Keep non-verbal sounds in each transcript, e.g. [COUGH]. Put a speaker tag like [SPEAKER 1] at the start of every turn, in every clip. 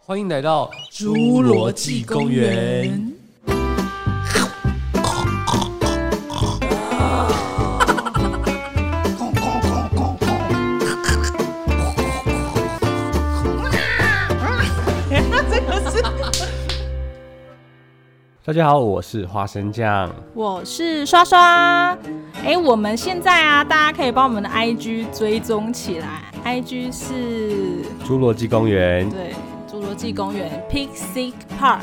[SPEAKER 1] 欢迎来到
[SPEAKER 2] 侏罗纪公园。
[SPEAKER 1] 大家好，我是花生酱。
[SPEAKER 2] 我是刷刷。哎、我们现在啊，大家可以把我们的 IG 追踪起来，IG 是
[SPEAKER 1] 侏罗纪公园，
[SPEAKER 2] 对侏罗纪公园 Pixie Park，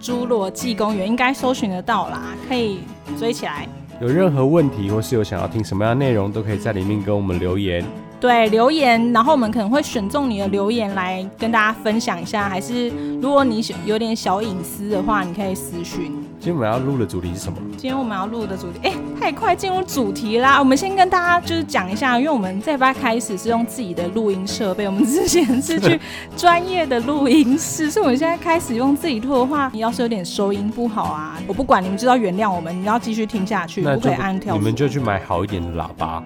[SPEAKER 2] 侏罗纪公园应该搜寻得到啦，可以追起来。
[SPEAKER 1] 有任何问题或是有想要听什么样的内容，都可以在里面跟我们留言。
[SPEAKER 2] 对留言，然后我们可能会选中你的留言来跟大家分享一下，还是如果你有点小隐私的话，你可以私讯。
[SPEAKER 1] 今天我们要录的主题是什么？
[SPEAKER 2] 今天我们要录的主题，哎、太快进入主题啦！我们先跟大家就是讲一下，因为我们这班开始是用自己的录音设备，我们之前
[SPEAKER 1] [LAUGHS]
[SPEAKER 2] 是去专业的录音室，所以我们现在开始用自己录的话，你要是有点收音不好啊，我不管，你们就要原谅我们，你要继续听下去，不可以按跳
[SPEAKER 1] 你
[SPEAKER 2] 出
[SPEAKER 1] 们就去买好一点的喇叭。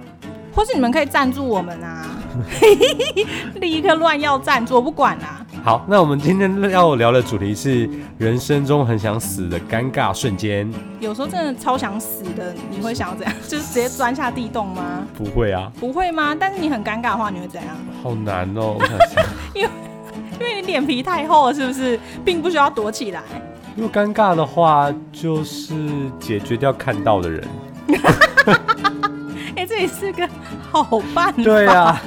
[SPEAKER 2] 或是你们可以赞助我们
[SPEAKER 1] [LAUGHS]
[SPEAKER 2] 啊，立刻乱要赞助，我不管啊。
[SPEAKER 1] 好，那我们今天要聊的主题是人生中很想死的尴尬瞬间。
[SPEAKER 2] 有时候真的超想死的，你会想要怎样？就是直接钻下地洞吗？
[SPEAKER 1] 不会啊，
[SPEAKER 2] 不会吗？但是你很尴尬的话，你会怎样？
[SPEAKER 1] 好难哦、我想想，
[SPEAKER 2] [LAUGHS] 因为你脸皮太厚了，是不是？并不需要躲起来。 [LAUGHS]
[SPEAKER 1] 如果尴尬的话，就是解决掉看到的
[SPEAKER 2] [LAUGHS]
[SPEAKER 1] 人。
[SPEAKER 2] 哎、这也是个好办法。
[SPEAKER 1] 对啊。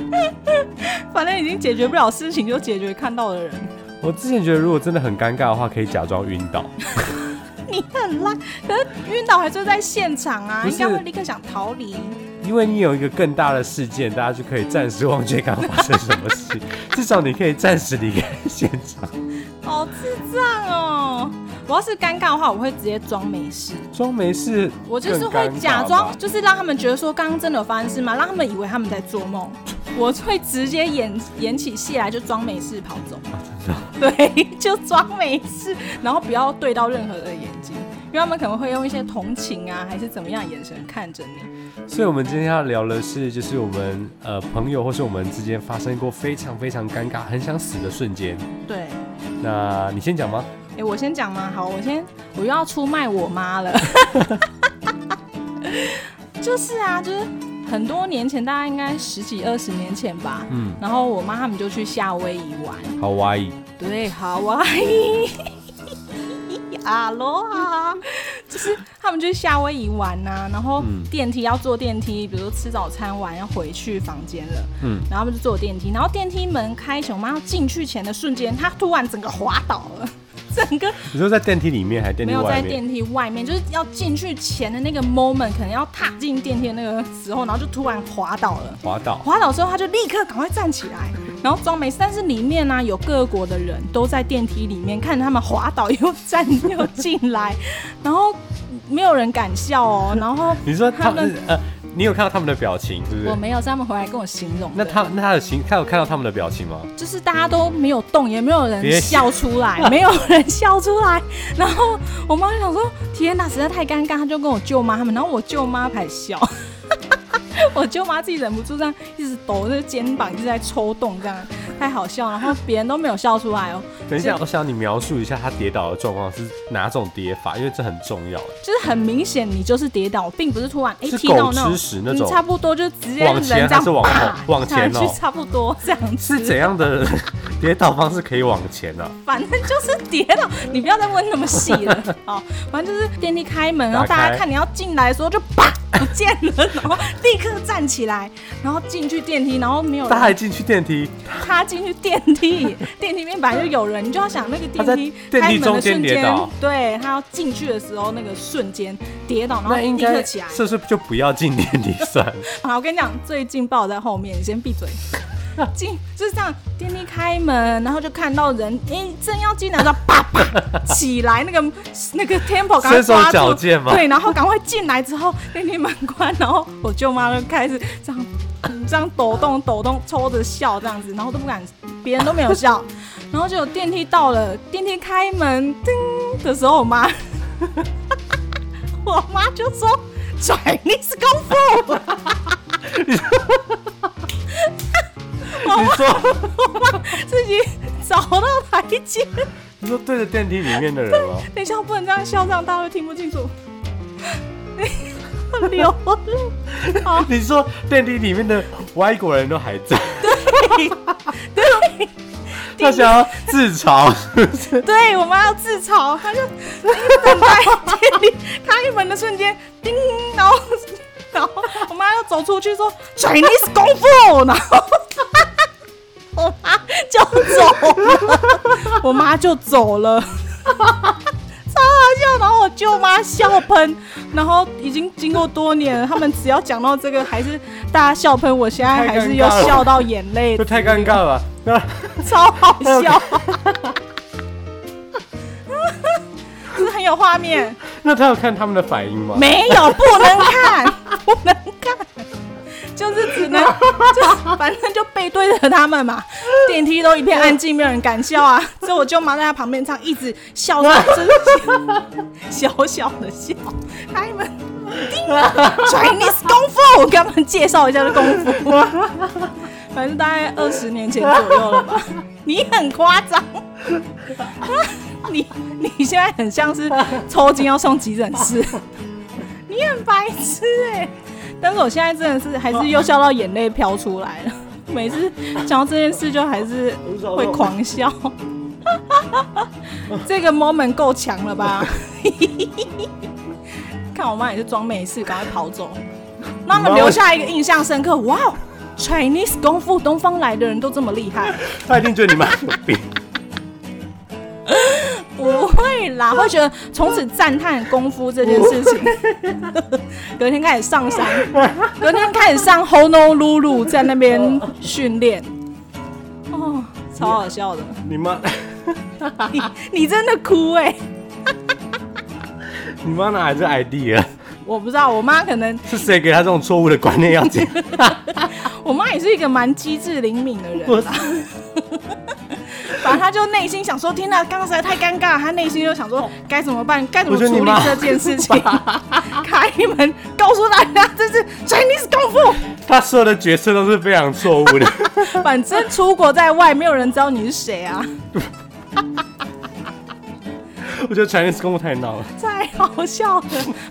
[SPEAKER 2] 反正已经解决不了事情，就解决看到的人。
[SPEAKER 1] 我之前觉得，如果真的很尴尬的话，可以假装晕倒。
[SPEAKER 2] 你很烂，可是晕倒还是会在现场啊，
[SPEAKER 1] 不
[SPEAKER 2] 应
[SPEAKER 1] 是
[SPEAKER 2] 该会立刻想逃离。
[SPEAKER 1] 因为你有一个更大的事件，大家就可以暂时忘却刚发生什么
[SPEAKER 2] [LAUGHS]
[SPEAKER 1] 事，至少你可以暂时离开现场。
[SPEAKER 2] 好智障哦！我要是尴尬的话，我会直接装没事。
[SPEAKER 1] 装没事，
[SPEAKER 2] 我就是会假装，就是让他们觉得说刚刚真的有发生事吗？让他们以为他们在做梦。我会直接演演起戏来，就装没事跑走。对，就装没事，然后不要对到任何的眼睛，因为他们可能会用一些同情啊，还是怎么样的眼神看着你。
[SPEAKER 1] 所以，我们今天要聊的是，就是我们呃朋友或是我们之间发生过非常非常尴尬、很想死的瞬间。
[SPEAKER 2] 对，
[SPEAKER 1] 那你先讲吗？
[SPEAKER 2] 哎、我先讲嘛，好，我先我又要出卖我妈了。 [LAUGHS] 就是啊，就是很多年前，大概应该十几二十年前吧。
[SPEAKER 1] 嗯，
[SPEAKER 2] 然后我妈他们就去夏威夷玩，
[SPEAKER 1] 好哇伊，
[SPEAKER 2] 对，好啊哇伊，阿罗哈，就是他们去夏威夷玩呐、然后
[SPEAKER 1] 嗯
[SPEAKER 2] 电梯要坐电梯，比如说吃早餐完要回去房间了，
[SPEAKER 1] 嗯
[SPEAKER 2] 然后他们就坐电梯，然后电梯门开启，我妈要进去前的瞬间，她突然整个滑倒了， [LAUGHS] 整个
[SPEAKER 1] 你说在电梯里面还是电
[SPEAKER 2] 没
[SPEAKER 1] 梯
[SPEAKER 2] 有在
[SPEAKER 1] 外面？
[SPEAKER 2] 电梯外面，就是要进去前的那个 moment，可能要踏进电梯的那个时候，然后就突然滑倒了。
[SPEAKER 1] 滑倒，
[SPEAKER 2] 滑倒之后，他就立刻赶快站起来，然后装没事。但是里面呢、有各国的人都在电梯里面看着他们滑倒又站又进来，然后没有人敢笑哦。然后
[SPEAKER 1] 你说他们
[SPEAKER 2] 他
[SPEAKER 1] 呃，你有看到他们的表情是不
[SPEAKER 2] 我
[SPEAKER 1] 是？
[SPEAKER 2] 没有，是他们回来跟我形容
[SPEAKER 1] 那
[SPEAKER 2] 的，
[SPEAKER 1] 他那他的形，他有看到他们的表情吗？
[SPEAKER 2] 就是大家都没有动，也没有
[SPEAKER 1] 别
[SPEAKER 2] 人笑
[SPEAKER 1] [LAUGHS]
[SPEAKER 2] 出来，没有人笑出来。然后我妈就想说：“天哪，实在太尴尬。”她就跟我舅妈他们，然后我舅妈还笑。 [LAUGHS] 我舅妈自己忍不住这样一直抖那个肩膀，一直在抽动，这样太好笑。然后别人都没有笑出来哦，
[SPEAKER 1] 等一下，我想你描述一下他跌倒的状况是哪种跌法，因为这很重要。
[SPEAKER 2] 就是很明显，你就是跌倒，并不是突然哎、
[SPEAKER 1] 是
[SPEAKER 2] 踢到
[SPEAKER 1] 狗
[SPEAKER 2] 那种
[SPEAKER 1] 吃，屎那种
[SPEAKER 2] 嗯差不多就直接
[SPEAKER 1] 往
[SPEAKER 2] 人
[SPEAKER 1] 前
[SPEAKER 2] 这样
[SPEAKER 1] 还是往后
[SPEAKER 2] 啪
[SPEAKER 1] 往前哦
[SPEAKER 2] 下去差不多这样
[SPEAKER 1] 是
[SPEAKER 2] 子。
[SPEAKER 1] 怎样
[SPEAKER 2] [LAUGHS]
[SPEAKER 1] 的跌倒方式可以往前啊呢、
[SPEAKER 2] 反正就是跌倒，你不要再问那么细
[SPEAKER 1] [LAUGHS]
[SPEAKER 2] 了。好，反正就是电梯开门，然后
[SPEAKER 1] 打开
[SPEAKER 2] 大家看你要进来的时候就啪不见了，然后立刻站起来，然后进去电梯，然后没有
[SPEAKER 1] 他
[SPEAKER 2] 人
[SPEAKER 1] 还进去电梯，
[SPEAKER 2] 踏进去电梯，电梯里面本来就有人，你就要想那个
[SPEAKER 1] 他在
[SPEAKER 2] 电梯
[SPEAKER 1] 电
[SPEAKER 2] 开
[SPEAKER 1] 梯
[SPEAKER 2] 门
[SPEAKER 1] 中
[SPEAKER 2] 的
[SPEAKER 1] 间
[SPEAKER 2] 瞬
[SPEAKER 1] 跌
[SPEAKER 2] 间
[SPEAKER 1] 倒，
[SPEAKER 2] 对他要进去的时候那个瞬间跌倒，然后
[SPEAKER 1] 那应
[SPEAKER 2] 哦立刻
[SPEAKER 1] 该
[SPEAKER 2] 起来。
[SPEAKER 1] 是不是就不要进电梯算？
[SPEAKER 2] [LAUGHS] 好，我跟你讲，最劲爆的在后面，你先闭嘴。进就是这样，电梯开门，然后就看到人，哎、正要进来的时候，啪啪起来，那个那个 tempo 赶快
[SPEAKER 1] 身手
[SPEAKER 2] 抓住
[SPEAKER 1] 矫健嘛
[SPEAKER 2] 对，然后赶快进来之后，电梯门关，然后我舅妈就开始这样嗯这样抖动抖动，抽着笑这样子，然后都不敢，别人都没有笑，然后就有电梯到了，电梯开门叮的时候，我妈 [LAUGHS] 我妈就说 Chinese 功夫。
[SPEAKER 1] 你说
[SPEAKER 2] 自己找到台间。
[SPEAKER 1] 你说对着电梯里面的人哦吗？
[SPEAKER 2] 等一下，我不能这样笑，这样大家都听不清楚。 [LAUGHS] 流泪，好，
[SPEAKER 1] 你说电梯里面的外国人都还在，
[SPEAKER 2] [LAUGHS] 对
[SPEAKER 1] 他想要自嘲，是不是？
[SPEAKER 2] 对，我们要自嘲，他就等待电梯开门的瞬间，叮，然后然后我妈要走出去说 Chinese 功夫，然后我妈就走了，我妈就走了。超好笑，然后我舅妈笑喷，然后已经经过多年了，他们只要讲到这个，还是大家笑喷。我现在还是又笑到眼泪
[SPEAKER 1] 这，太尴尬了吧。那
[SPEAKER 2] 超好笑， [LAUGHS] 是很有画面。
[SPEAKER 1] 那他有看他们的反应吗？
[SPEAKER 2] 没有，不能看， [LAUGHS] 不能看，就是只能，就是反正就背对着他们嘛。电梯都一片安静，没有人敢笑啊。所以我舅妈在他旁边唱，一直笑到 [LAUGHS] 真的小小的笑。开门，Chinese 功夫，我给他们介绍一下这功夫，反正大概二十年前左右了吧。你很夸张。 [LAUGHS] 你你现在很像是抽筋要送急诊室，你很白痴哎、但是我现在真的是还是又笑到眼泪飘出来了，每次讲到这件事就还是会狂笑。这个 moment 够强了吧？看我妈也是装没事，赶快跑走，让他们留下一个印象深刻。哇哦，Chinese 功夫东方来的人都这么厉害。
[SPEAKER 1] 他一定觉得你妈有病。
[SPEAKER 2] 不会啦，会觉得从此赞叹功夫这件事情。隔天开始上
[SPEAKER 1] [LAUGHS]
[SPEAKER 2] 山，隔天开始上 Honolulu，在那边训练。哦，超好笑的，
[SPEAKER 1] 你妈，
[SPEAKER 2] 你你真的哭哎、
[SPEAKER 1] 你妈哪来这 idea？
[SPEAKER 2] 我不知道，我妈可能，
[SPEAKER 1] [LAUGHS] 是谁给他这种错误的观念要
[SPEAKER 2] [LAUGHS]
[SPEAKER 1] 讲？
[SPEAKER 2] 我妈也是一个蛮机智灵敏的人，
[SPEAKER 1] 我
[SPEAKER 2] [LAUGHS] 反正她就内心想说：“天哪，刚刚实在太尴尬。”她内心就想说：“该怎么办？该怎么
[SPEAKER 1] 哦我觉得你
[SPEAKER 2] 处理
[SPEAKER 1] 妈
[SPEAKER 2] 这件事情？”
[SPEAKER 1] [LAUGHS]
[SPEAKER 2] 开门，告诉大家这是 Chinese 功夫。
[SPEAKER 1] 他所有的决策都是非常错误的。 [LAUGHS]
[SPEAKER 2] 反正出国在外，没有人知道你是谁啊， [LAUGHS]
[SPEAKER 1] 我觉得 Chinese 功夫太闹了。
[SPEAKER 2] 太好笑了。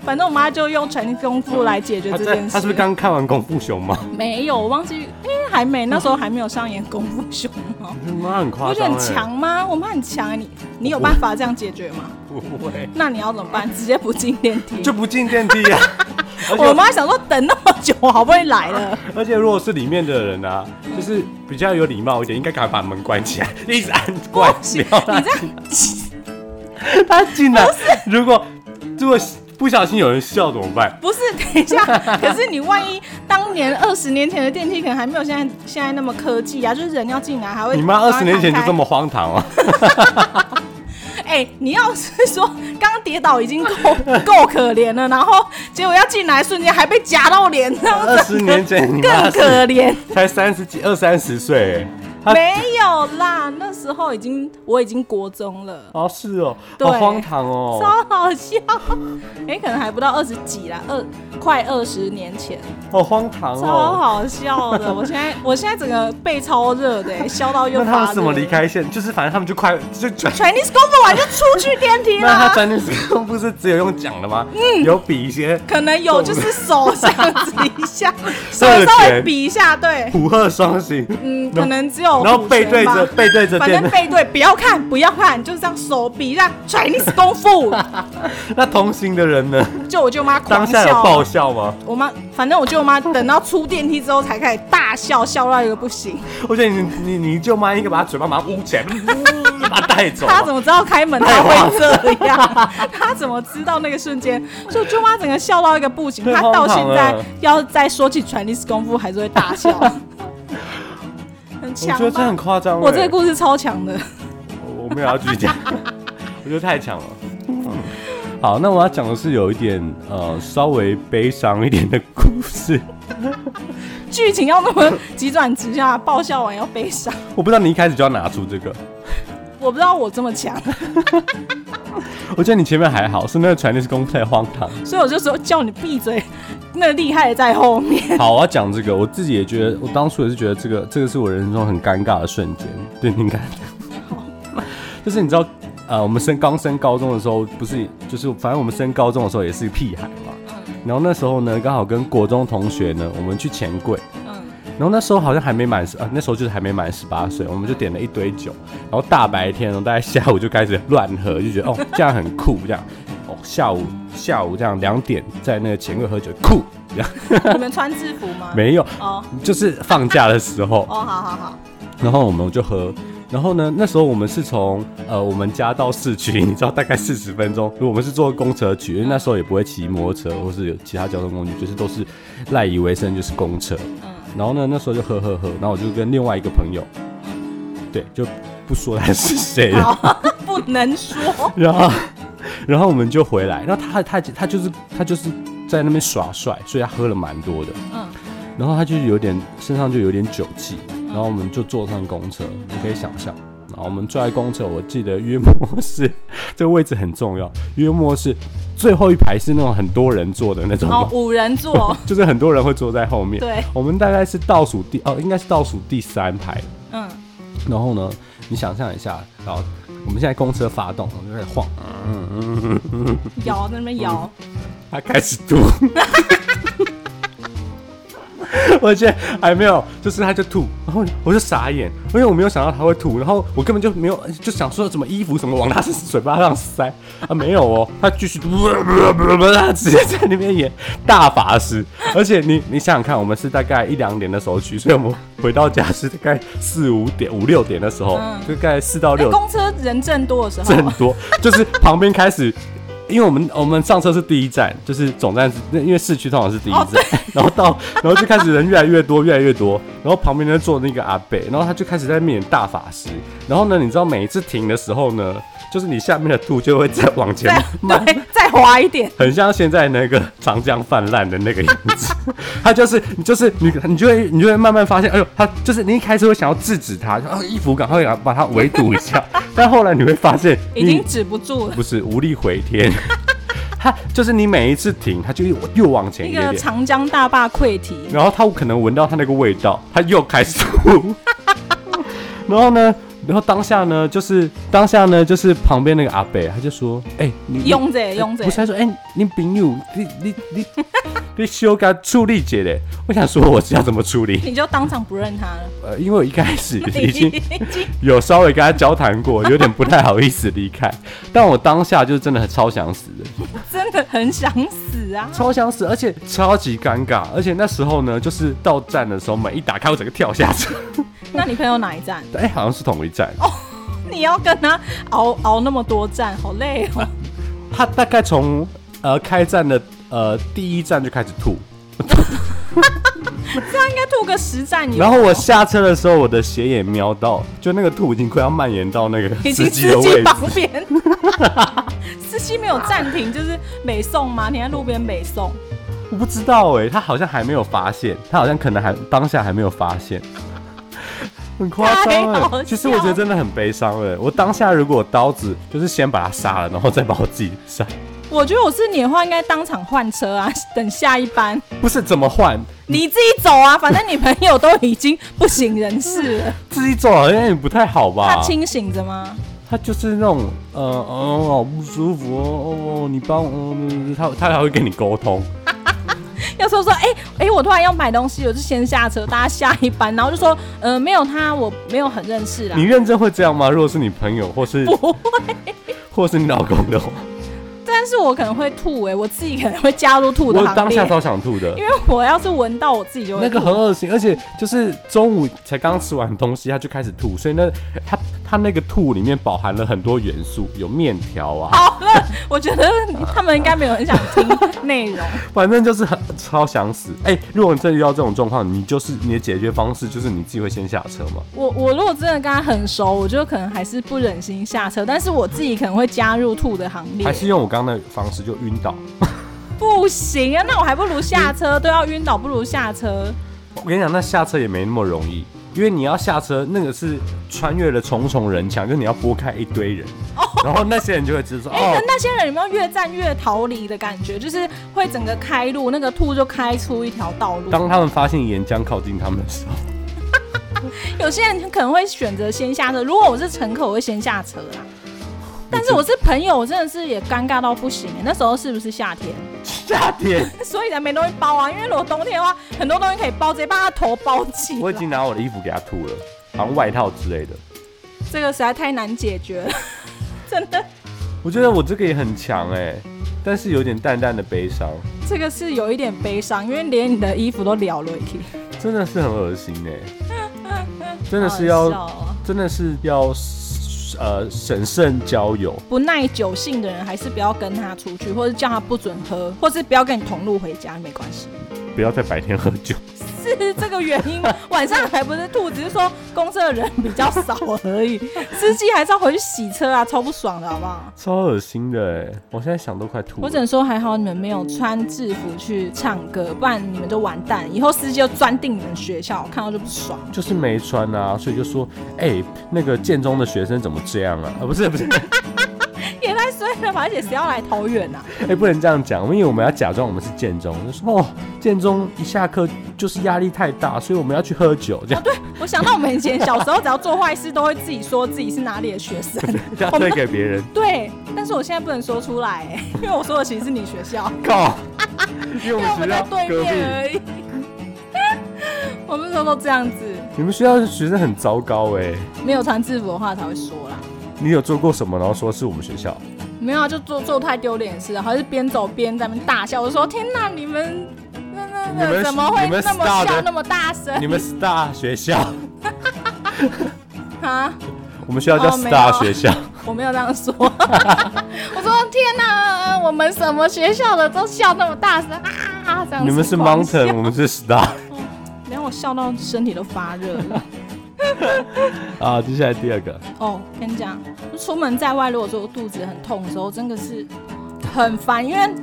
[SPEAKER 2] 反正我妈就用传功夫来解决
[SPEAKER 1] 他
[SPEAKER 2] 这
[SPEAKER 1] 在
[SPEAKER 2] 件事。
[SPEAKER 1] 他是不是刚看完《功夫熊猫
[SPEAKER 2] 没有？我忘记，哎、还没，那时候还没有上演功夫熊
[SPEAKER 1] [LAUGHS]
[SPEAKER 2] 猫。》？
[SPEAKER 1] 你妈很
[SPEAKER 2] [LAUGHS] 我
[SPEAKER 1] 夸
[SPEAKER 2] 觉得
[SPEAKER 1] 张、欸，
[SPEAKER 2] 很强吗？我妈很强、啊你你有办法这样解决吗？
[SPEAKER 1] 不会
[SPEAKER 2] 那你要怎么办？直接不进电梯？
[SPEAKER 1] 就不进电梯
[SPEAKER 2] [LAUGHS]
[SPEAKER 1] 啊。而且
[SPEAKER 2] 我妈想说等那么久，我好不容易来
[SPEAKER 1] [LAUGHS]
[SPEAKER 2] 了，
[SPEAKER 1] 而且如果是里面的人啊，就是比较有礼貌一点，应该赶快把门关起来，一直按
[SPEAKER 2] [LAUGHS]
[SPEAKER 1] 关
[SPEAKER 2] 不行
[SPEAKER 1] 掉。
[SPEAKER 2] 你这样
[SPEAKER 1] [LAUGHS] 他进来，如果如果不小心有人笑怎么办？
[SPEAKER 2] 不是，等一下，可是你万一当年二十年前的电梯可能还没有现在现在那么科技啊，就是人要进来还会
[SPEAKER 1] 你妈二十年前就这
[SPEAKER 2] 么
[SPEAKER 1] 么荒唐啊！
[SPEAKER 2] 哎、你要是说刚刚跌倒已经够够可怜了，然后结果要进来瞬间还被夹到脸，这样
[SPEAKER 1] 二十年前呃你妈
[SPEAKER 2] 更可
[SPEAKER 1] 是
[SPEAKER 2] 怜。
[SPEAKER 1] 才三十几、二三十岁欸，她
[SPEAKER 2] 没有啦，那时候已经我已经国中了，
[SPEAKER 1] 哦是哦，
[SPEAKER 2] 对
[SPEAKER 1] 好荒唐哦，
[SPEAKER 2] 超好笑。哎、可能还不到二十几啦，二快二十年前，
[SPEAKER 1] 好荒唐
[SPEAKER 2] 超
[SPEAKER 1] 哦。
[SPEAKER 2] 好
[SPEAKER 1] [LAUGHS]
[SPEAKER 2] 笑的。我现在我现在整个背超热的、笑到又
[SPEAKER 1] 那
[SPEAKER 2] 发
[SPEAKER 1] 他
[SPEAKER 2] 啊热。
[SPEAKER 1] 们怎么离开线？就是反正他们就快就转。
[SPEAKER 2] Chinese 功夫完就出去电梯
[SPEAKER 1] [LAUGHS] 那
[SPEAKER 2] 啦
[SPEAKER 1] 他。转的时候不是只有用讲的吗？嗯，有比一些
[SPEAKER 2] 可能有，就是手这样子一下，手
[SPEAKER 1] [LAUGHS] 热
[SPEAKER 2] 稍微
[SPEAKER 1] 拳
[SPEAKER 2] 比一下，对，
[SPEAKER 1] 虎鹤双形，
[SPEAKER 2] 嗯，可能只有
[SPEAKER 1] 然后
[SPEAKER 2] 虎
[SPEAKER 1] 背
[SPEAKER 2] 拳
[SPEAKER 1] 对
[SPEAKER 2] 吧
[SPEAKER 1] 着背对着
[SPEAKER 2] 反
[SPEAKER 1] 电
[SPEAKER 2] 正背对，不要看，不要看，就是这样手比这样 Chinese
[SPEAKER 1] [LAUGHS]
[SPEAKER 2] 功夫，
[SPEAKER 1] 那同行的人呢？
[SPEAKER 2] 就我舅妈狂
[SPEAKER 1] 当下有爆
[SPEAKER 2] 笑。啊
[SPEAKER 1] 笑吗？
[SPEAKER 2] 我妈，反正我舅妈等到出电梯之后才开始大笑，笑到一个不行。
[SPEAKER 1] 我觉得你你你舅妈应该把她嘴巴马上捂起来，
[SPEAKER 2] [LAUGHS]
[SPEAKER 1] 呜把她带走。啊
[SPEAKER 2] 她怎么知道开门她会这样？ [LAUGHS] 她怎么知道那个瞬间？就舅妈整个笑到一个不行，
[SPEAKER 1] 太
[SPEAKER 2] 她到
[SPEAKER 1] 荒唐
[SPEAKER 2] 现在
[SPEAKER 1] 了
[SPEAKER 2] 要再说起 Chinese 功夫还是会大
[SPEAKER 1] [LAUGHS]
[SPEAKER 2] 笑，很
[SPEAKER 1] 我觉
[SPEAKER 2] 强
[SPEAKER 1] 得这很
[SPEAKER 2] 吗？
[SPEAKER 1] 夸张欸。
[SPEAKER 2] 啊我这个故事超强的。
[SPEAKER 1] 我我没有要继续讲，我觉得太强了。嗯好，那我要讲的是有一点呃稍微悲伤一点的故事，
[SPEAKER 2] 剧情要那么急转直下，爆笑完要悲伤。
[SPEAKER 1] 我不知道你一开始就要拿出这个，
[SPEAKER 2] 我不知道我这么强， [LAUGHS]
[SPEAKER 1] 我觉得你前面还好，是那个 Chinese 功夫太荒唐。
[SPEAKER 2] 所以我就说叫你闭嘴，那厉害的在后面。
[SPEAKER 1] 好，我要讲这个，我自己也觉得，我当初也是觉得这个，这个是我人生中很尴尬的瞬间。对，你看，就是你知道，呃，我们升刚升高中的时候，不是就是反正我们升高中的时候也是屁孩嘛。
[SPEAKER 2] 嗯
[SPEAKER 1] 然后那时候呢，刚好跟国中同学呢，我们去钱柜。
[SPEAKER 2] 嗯，
[SPEAKER 1] 然后那时候好像还没满十，啊，那时候就是还没满十八岁，我们就点了一堆酒，然后大白天，然后大概下午就开始乱喝，就觉得哦这样很酷，这样，哦下午下午这样两点在那个钱柜喝酒酷，这样
[SPEAKER 2] 你们穿制服吗？
[SPEAKER 1] 没有，
[SPEAKER 2] 哦
[SPEAKER 1] 就是放假的时候，
[SPEAKER 2] 哦，好好好，
[SPEAKER 1] 然后我们就喝。然后呢？那时候我们是从呃我们家到市区， [LAUGHS] 你知道大概四十分钟。如果我们是坐公车去，因为那时候也不会骑摩托车或是有其他交通工具，就是都是赖以为生就是公车。
[SPEAKER 2] 嗯，
[SPEAKER 1] 然后呢，那时候就喝喝喝，然后我就跟另外一个朋友，对，就不说他是谁了。
[SPEAKER 2] 好，不能说，
[SPEAKER 1] [LAUGHS] 然后，然后我们就回来，然后他他他就是他就是在那边耍帅，所以他喝了蛮多的。
[SPEAKER 2] 嗯
[SPEAKER 1] 然后他就有点身上就有点酒气，然后我们就坐上公车，你可以想象。然后我们坐在公车，我记得约莫是 [LAUGHS] 这个位置很重要，约莫是最后一排是那种很多人坐的那种
[SPEAKER 2] 哦
[SPEAKER 1] 吗，，
[SPEAKER 2] 五人座，
[SPEAKER 1] 就是很多人会坐在后面。
[SPEAKER 2] 对，
[SPEAKER 1] 我们大概是倒数第哦，应该是倒数第三排。
[SPEAKER 2] 嗯，
[SPEAKER 1] 然后呢，你想象一下，然后我们现在公车发动，我们就开始晃，
[SPEAKER 2] 摇在那边摇，
[SPEAKER 1] 嗯它开始吐。 [LAUGHS] 而且还没有，就是它就吐，然后我就傻眼，因为我没有想到它会吐，然后我根本就没有，就想说怎么衣服什么往它嘴巴上塞啊，没有哦，它继续吐，它直接在那边演大法师。而且你你想想看，我们是大概一两点的时候去，所以我们回到家是大概四五点、五六点的时候，
[SPEAKER 2] 嗯
[SPEAKER 1] 就大概四到
[SPEAKER 2] 在
[SPEAKER 1] 六
[SPEAKER 2] 公车人正多的时
[SPEAKER 1] 很
[SPEAKER 2] 候，
[SPEAKER 1] 多，就是旁边开始，因为我们我们上车是第一站，就是总站是，那因为市区通常是第一
[SPEAKER 2] 哦
[SPEAKER 1] 站，然后到然后就开始人越来越多，越来越多，然后旁边呢坐那个阿贝，然后他就开始在面大法师，然后呢，你知道每一次停的时候呢，就是你下面的吐就会再往前
[SPEAKER 2] 再
[SPEAKER 1] 慢。嗯
[SPEAKER 2] 对再滑一点，
[SPEAKER 1] 很像现在那个长江泛滥的那个样子， [LAUGHS] 他就是你就是你你就会你就会慢慢发现，哎呦，他就是你一开始会想要制止他，然后衣服赶快把他围堵一
[SPEAKER 2] [LAUGHS]
[SPEAKER 1] 下，但后来你会发现
[SPEAKER 2] 已
[SPEAKER 1] 你
[SPEAKER 2] 经止不住了，
[SPEAKER 1] 不是无力回天。 [LAUGHS] 它就是你每一次停，它就又又往前一
[SPEAKER 2] 那
[SPEAKER 1] 点
[SPEAKER 2] 个
[SPEAKER 1] 点，
[SPEAKER 2] 长江大坝溃堤，
[SPEAKER 1] 然后它可能闻到它那个味道，它又开始吐。 [LAUGHS] 然后呢，然后当下呢，就是当下呢，就是旁边那个阿伯，他就说：“哎、你你
[SPEAKER 2] 用着用着
[SPEAKER 1] 不，是他说：“哎、你朋友，你你你你修改处理姐嘞？”我想说我是要怎么处
[SPEAKER 2] [LAUGHS]
[SPEAKER 1] 理？
[SPEAKER 2] 你就当场不认他了，
[SPEAKER 1] 呃，因为我一开始 [LAUGHS] 已
[SPEAKER 2] 已
[SPEAKER 1] 经
[SPEAKER 2] 经
[SPEAKER 1] 有稍微跟他交谈过，有点不太好意思离开，但我当下就是真的很超想死的。
[SPEAKER 2] 真的很想死啊！
[SPEAKER 1] 超想死，而且超级尴尬，而且那时候呢，就是到站的时候门一打开，我整个跳下车。哦
[SPEAKER 2] 那你朋友哪一站？
[SPEAKER 1] [LAUGHS] 哎、好像是同一站。
[SPEAKER 2] 你要跟他熬熬那么多站，好累
[SPEAKER 1] [LAUGHS]
[SPEAKER 2] 哦。
[SPEAKER 1] 他大概从呃开站的呃第一站就开始吐，
[SPEAKER 2] 他应该吐个十站有，
[SPEAKER 1] 然后我下车的时候，我的鞋也瞄到，就那个吐已经快要蔓延到那个
[SPEAKER 2] 已
[SPEAKER 1] 司
[SPEAKER 2] 经
[SPEAKER 1] 机的
[SPEAKER 2] 司
[SPEAKER 1] 位
[SPEAKER 2] 机
[SPEAKER 1] 置。
[SPEAKER 2] 旁边， [LAUGHS] 司机没有暂停，就是美送吗？你在路边美送，
[SPEAKER 1] 我不知道哎、他好像还没有发现，他好像可能还当下还没有发现。 [LAUGHS] 很夸张
[SPEAKER 2] 太好笑
[SPEAKER 1] 哎，
[SPEAKER 2] 了
[SPEAKER 1] 其实我觉得真的很悲伤哎、我当下如果刀子就是先把他杀了，然后再把我自己杀，
[SPEAKER 2] 我觉得我是你的话，应该当场换车啊， [LAUGHS] 等下一班。
[SPEAKER 1] 不是怎么换？
[SPEAKER 2] 你自己走啊，反正你朋友都已经不省人事了。
[SPEAKER 1] 自己走好像也不太好吧？
[SPEAKER 2] 他清醒着吗？
[SPEAKER 1] 他就是那种，呃，哦，好不舒服哦，哦，你帮我，嗯他他还会跟你沟通，
[SPEAKER 2] 啊要说说，哎、哎、我突然要买东西，我就先下车，大家下一班，然后就说，呃，没有他，我没有很认识啦
[SPEAKER 1] 你。认真会这样吗？如果是你朋友或是
[SPEAKER 2] 不
[SPEAKER 1] [LAUGHS] 或是你老公的话，
[SPEAKER 2] 但是我可能会吐、哎，我自己可能会加入吐的
[SPEAKER 1] 我
[SPEAKER 2] 行列。
[SPEAKER 1] 当下超想吐的
[SPEAKER 2] 因。为我要是闻到我自己就会
[SPEAKER 1] 那
[SPEAKER 2] 吐 [LAUGHS]
[SPEAKER 1] 个很恶心，而且就是中午才刚吃完东西，他就开始吐，所以那他他那个吐里面饱含了很多元素，有面条啊，
[SPEAKER 2] 好了，哦我觉得他们应该没有很想听内
[SPEAKER 1] [LAUGHS]
[SPEAKER 2] 容。
[SPEAKER 1] 反正就是很超想死。哎、如果你真的遇到这种状况，你就是你的解决方式就是你自己会先下车嘛？
[SPEAKER 2] 我我如果真的跟他很熟，我就可能还是不忍心下车，但是我自己可能会加入吐的行列
[SPEAKER 1] 还。是用我刚刚的方式就晕倒？
[SPEAKER 2] 不行啊，那我还不如下车，都要晕倒，不如下车。
[SPEAKER 1] 我跟你讲，那下车也没那么容易，因为你要下车，那个是穿越了重重人墙，就是你要拨开一堆人，然后那些人就会知道说，
[SPEAKER 2] 哦哎、
[SPEAKER 1] 哦
[SPEAKER 2] 跟，那些人有没有越战越逃离的感觉？就是会整个开路，那个吐就开出一条道路。
[SPEAKER 1] 当他们发现岩浆靠近他们的时候，
[SPEAKER 2] 有些人可能会选择先下车，如果我是乘客，我会先下车啦。啊但是我是朋友，我真的是也尴尬到不行。欸那时候是不是夏天？
[SPEAKER 1] 夏天，
[SPEAKER 2] 所以才没东西包啊。因为如果冬天的话，很多东西可以包，直接把他头包起来。
[SPEAKER 1] 我已经拿我的衣服给他吐了，好像外套之类的。
[SPEAKER 2] 这个实在太难解决了， [LAUGHS] 真的。
[SPEAKER 1] 我觉得我这个也很强哎、但是有点淡淡的悲伤，
[SPEAKER 2] 这个是有一点悲伤，因为连你的衣服都撩了一起，
[SPEAKER 1] 真的是很恶心哎、
[SPEAKER 2] [LAUGHS]
[SPEAKER 1] 真的是要
[SPEAKER 2] 好好笑哦
[SPEAKER 1] 真的是要呃审慎交友。
[SPEAKER 2] 不耐酒性的人，还是不要跟他出去，或者叫他不准喝，或是不要跟你同路回家，没关系。 [LAUGHS]
[SPEAKER 1] 不要在白天喝酒。
[SPEAKER 2] 是这个原因吗？晚上还不是吐，只是说公车的人比较少而已。司机还是要回去洗车啊，超不爽的好不好？
[SPEAKER 1] 超恶心的哎！我现在想都快吐了。
[SPEAKER 2] 我只能说还好你们没有穿制服去唱歌，不然你们就完蛋。以后司机就钻定你们学校，看到就不 [LAUGHS] 爽。
[SPEAKER 1] 就是没穿啊，所以就说，哎、那个建中的学生怎么这样啊？啊，不是不是， [LAUGHS]
[SPEAKER 2] 也太衰了吧！而且谁要来桃园 [LAUGHS] 啊？
[SPEAKER 1] 哎、不能这样讲，因为我们要假装我们是建中，就说哦，建中一下课就是压力太大，所以我们要去喝酒，这样、
[SPEAKER 2] 我想到我们以前小时候，只要做坏事都会自己说自己是哪里的学 [LAUGHS] 生。
[SPEAKER 1] 这样推给别人，
[SPEAKER 2] 对，但是我现在不能说出来、欸，因为我说的其实是你学 [LAUGHS] 校，
[SPEAKER 1] 靠，因为我
[SPEAKER 2] 因为
[SPEAKER 1] 们
[SPEAKER 2] 我
[SPEAKER 1] 学
[SPEAKER 2] 们在
[SPEAKER 1] 校
[SPEAKER 2] 对
[SPEAKER 1] 隔壁，
[SPEAKER 2] 面而已。 [LAUGHS] 我们那时候都这样子，
[SPEAKER 1] 你们学校的学生很糟糕哎、
[SPEAKER 2] 没有穿制服的话才会说啦。
[SPEAKER 1] 你有做过什么，然后说是我们学校？
[SPEAKER 2] 没有啊，就做做太丢脸的事，然后是边走边在那边大笑。我说：“天哪，你们那那
[SPEAKER 1] 你们
[SPEAKER 2] 那怎么会
[SPEAKER 1] 你们
[SPEAKER 2] 那么
[SPEAKER 1] star 的
[SPEAKER 2] 笑那么大声
[SPEAKER 1] 你们 STAR 学校，
[SPEAKER 2] 啊？”
[SPEAKER 1] 我们学校叫
[SPEAKER 2] 哦没有啊
[SPEAKER 1] STAR 学校，
[SPEAKER 2] 我没有这样
[SPEAKER 1] [LAUGHS]
[SPEAKER 2] 说，我说天哪、我们什么学校的都笑那么大声啊！这样子
[SPEAKER 1] 你们是
[SPEAKER 2] 狂笑
[SPEAKER 1] Mountain，我们是 STAR
[SPEAKER 2] 然后我笑到身体都发热
[SPEAKER 1] [LAUGHS]
[SPEAKER 2] 了。
[SPEAKER 1] 啊。接下来第二个，
[SPEAKER 2] 哦，跟你讲，就出门在外，如果说我肚子很痛的时候，真的是很烦，因为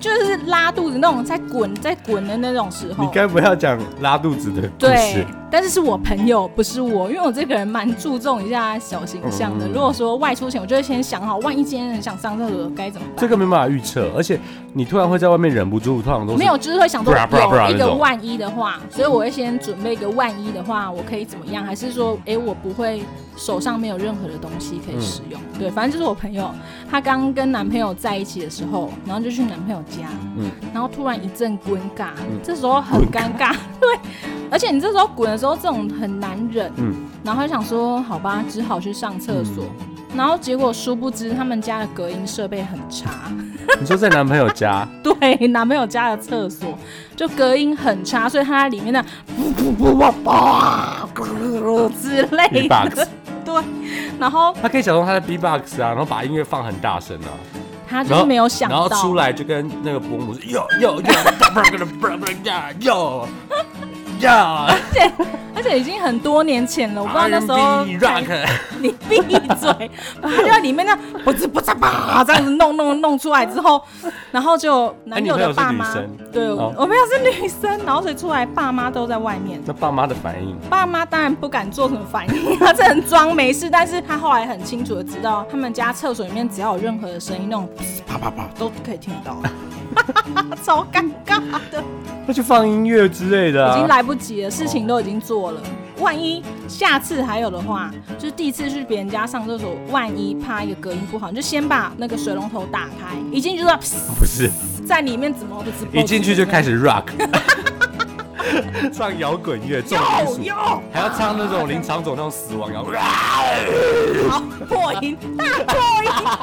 [SPEAKER 2] 就是拉肚子那种在滚在滚的那种时
[SPEAKER 1] 你
[SPEAKER 2] 候。
[SPEAKER 1] 该不要讲拉肚子的故
[SPEAKER 2] 对
[SPEAKER 1] 事？，
[SPEAKER 2] 但是是我朋友，不是我，因为我这个人蛮注重一下小形象的。
[SPEAKER 1] 嗯
[SPEAKER 2] 如果说外出前，我就会先想好，万一今天很想上厕所该怎么办？
[SPEAKER 1] 这个没办法预测，而且你突然会在外面忍不住，通常都是
[SPEAKER 2] 没有，就是会想说
[SPEAKER 1] bra bra bra
[SPEAKER 2] 有一
[SPEAKER 1] 那
[SPEAKER 2] 个
[SPEAKER 1] 种
[SPEAKER 2] 万一的话，所以我会先准备一个万一的话，我可以怎么样？还是说，哎、我不会手上没有任何的东西可以使用？
[SPEAKER 1] 嗯
[SPEAKER 2] 对，反正就是我朋友，她刚跟男朋友在一起的时候，然后就去男朋友家，
[SPEAKER 1] 嗯
[SPEAKER 2] 嗯，然后突然一阵尴尬，
[SPEAKER 1] 嗯
[SPEAKER 2] 这时候很尴尬， [LAUGHS] 对，而且你这时候滚的时候，这种很难忍，
[SPEAKER 1] 嗯嗯
[SPEAKER 2] 嗯，然后她想说，好吧，只好去上厕所。然后结果，殊不知他们家的隔音设备很差，
[SPEAKER 1] 你说在男朋友
[SPEAKER 2] [LAUGHS]
[SPEAKER 1] 家，
[SPEAKER 2] 对，男朋友家的厕所就隔音很差，所以他在里面的噗噗噗噗噗之类
[SPEAKER 1] B-box
[SPEAKER 2] 的，对，然后
[SPEAKER 1] 他可以假装他在 B box 啊，然后把音乐放很大声啊，
[SPEAKER 2] 他就
[SPEAKER 1] 然后
[SPEAKER 2] 是没有想
[SPEAKER 1] 然后
[SPEAKER 2] 到，
[SPEAKER 1] 出来就跟那个伯母说哟
[SPEAKER 2] [LAUGHS]
[SPEAKER 1] 哟哟哟哟
[SPEAKER 2] 而且已经很多年前了，我不知道那时候
[SPEAKER 1] ，R&B
[SPEAKER 2] 才
[SPEAKER 1] rock，
[SPEAKER 2] 你闭嘴！他就在里面那不吱不吱吧这样子弄弄弄出来之后，然后就男友的爸妈
[SPEAKER 1] 哎哎你朋友是女，生
[SPEAKER 2] 对，
[SPEAKER 1] 哦
[SPEAKER 2] 我朋友是女生，然后所以出来爸妈都在外面。
[SPEAKER 1] 那爸妈的反应，
[SPEAKER 2] 爸妈当然不敢做什么反应， [LAUGHS] 他只能装没事。但是他后来很清楚的知道，他们家厕所里面只要有任何的声音，那种噼啪啪啪都可以听到， [LAUGHS] 超尴尬
[SPEAKER 1] [LAUGHS]
[SPEAKER 2] 的，
[SPEAKER 1] 那就放音乐之类的、
[SPEAKER 2] 已经
[SPEAKER 1] 啊。
[SPEAKER 2] 来不及了，事情都已经做了。万一下次还有的话，就是第一次去别人家上厕所，万一怕一个隔音不好，你就先把那个水龙头打开，一进去就知道噗
[SPEAKER 1] 不是，
[SPEAKER 2] 在里面怎么不知
[SPEAKER 1] 一进去就开始 rock，唱摇滚乐、重
[SPEAKER 2] 有
[SPEAKER 1] 金属，
[SPEAKER 2] 有
[SPEAKER 1] 还要唱那种林场总那种死亡摇滚。 [LAUGHS]
[SPEAKER 2] 好破音，大破音。